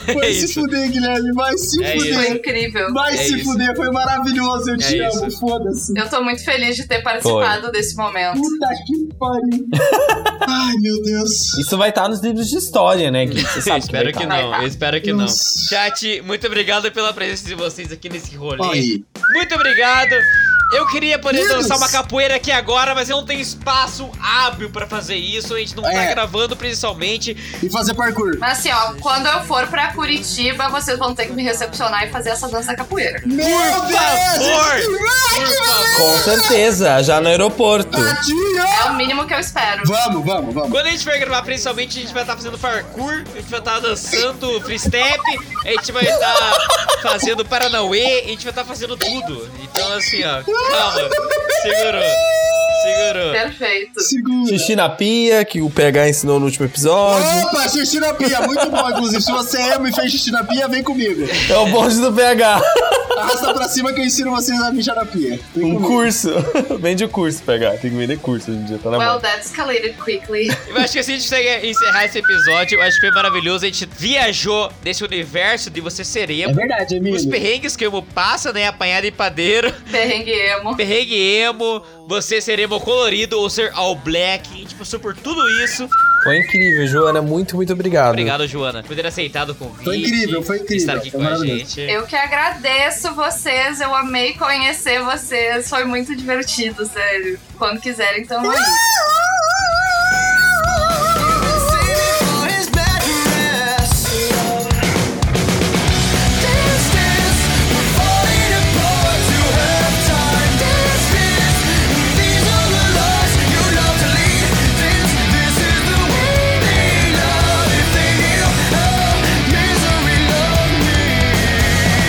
S1: Vai
S3: É
S1: se
S3: isso.
S1: fuder, Guilherme. Vai se
S3: É
S2: Foi
S7: né?
S1: fuder.
S2: incrível.
S1: Vai
S3: É
S1: se
S3: isso.
S1: fuder. Foi maravilhoso. Eu te
S3: É
S1: amo.
S3: isso.
S1: Foda-se.
S2: Eu tô muito feliz de ter participado desse momento.
S1: Puta que pariu. Ai, meu Deus.
S7: Isso vai estar nos livros de história, né, Gui? Você
S3: Eu
S7: sabe
S3: espero que
S7: vai tá.
S3: não, eu espero que não.
S1: Nossa.
S3: Chat, muito obrigado pela presença de vocês aqui nesse rolê.
S1: Aí.
S3: Muito obrigado. Eu queria poder
S1: Deus.
S3: dançar uma capoeira aqui agora, mas eu não tenho espaço hábil pra fazer isso. A gente não tá
S1: É.
S3: gravando principalmente.
S1: E fazer parkour.
S2: Mas assim, ó, quando eu for pra Curitiba, vocês vão ter que me recepcionar e fazer essa dança capoeira.
S1: Meu Deus.
S3: favor.
S1: esse moleque,
S3: Por favor.
S7: Com certeza, já no aeroporto.
S1: tadinho.
S2: É o mínimo que eu espero.
S1: Vamos, vamos, vamos.
S3: Quando a gente for gravar, principalmente, a gente vai estar fazendo parkour, a gente vai estar dançando free step, a gente vai estar fazendo Paranauê, a gente vai estar fazendo tudo. Então, assim, ó, calma. Segurou. Segurou.
S2: Perfeito.
S1: Segura.
S7: Xixi na pia, que o PH ensinou no último episódio.
S1: Opa, xixi na pia. Muito bom, inclusive. Se você é emo e fez xixi na pia, vem comigo.
S7: É o bonde do PH.
S1: Arrasta pra cima que eu ensino vocês a mijar na pia. Vem
S7: Um
S1: comigo.
S7: curso. Vende o curso, PH. Tem que vender curso hoje em dia, tá na
S2: Well,
S7: mão.
S2: that escalated quickly.
S3: Eu acho que assim a gente consegue encerrar esse episódio. Eu acho que foi maravilhoso. A gente viajou nesse universo de você ser
S1: É
S3: emo.
S1: verdade,
S3: Os
S1: Emílio.
S3: perrengues que o emo passa, né? Apanhar de padeiro.
S2: Perrengue emo.
S3: perrengue emo, você ser emo colorido ou ser all black, e, tipo, sou por tudo isso.
S7: Foi incrível, Joana. Muito, muito obrigado.
S3: Obrigado, Joana, por ter aceitado o convite.
S1: Foi incrível, foi incrível,
S3: Estar aqui
S1: foi
S3: com a
S1: maravilhoso.
S3: gente.
S2: Eu que agradeço vocês, eu amei conhecer vocês, foi muito divertido, sério. Quando quiserem, então aí.
S8: This is the way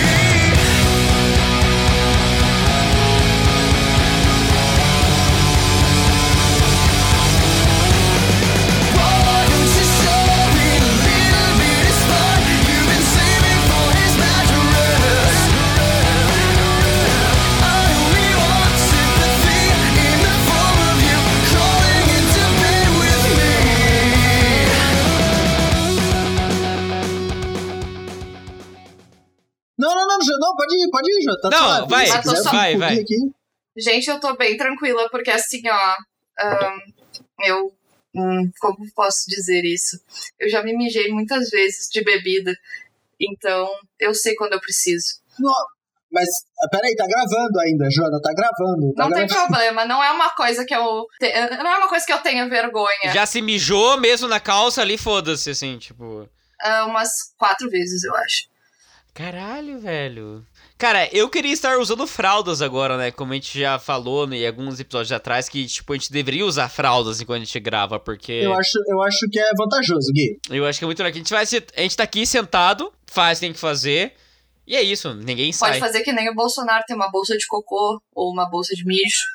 S8: they love me.
S1: Não, pode ir, pode ir, Jô. Tá
S3: Não,
S1: suave.
S3: vai,
S1: Se quiser,
S2: vai,
S1: fica um
S3: vai.
S1: pouquinho aqui.
S2: Gente, eu tô bem tranquila, porque assim, ó. ahn, eu. hum, como posso dizer isso? Eu já me mijei muitas vezes de bebida. Então, eu sei quando eu preciso.
S1: Mas, ah, peraí, tá gravando ainda, Joana, tá gravando. Tá
S2: Não tem
S1: gravando.
S2: problema, não é uma coisa que eu. te- Não é uma coisa que eu tenha vergonha.
S3: Já se mijou mesmo na calça ali, foda-se, assim, tipo.
S2: Ah, umas quatro vezes, eu acho.
S3: Caralho, velho. Cara, eu queria estar usando fraldas agora, né? Como a gente já falou né, em alguns episódios atrás, que, tipo, a gente deveria usar fraldas enquanto a gente grava, porque
S1: Eu acho, eu acho que é vantajoso, Gui.
S3: eu acho que é muito legal. A gente, vai se... a gente tá aqui sentado, faz o que tem que fazer, e é isso, ninguém
S2: Pode
S3: sai.
S2: fazer que nem o Bolsonaro tem uma bolsa de cocô ou uma bolsa de mijo.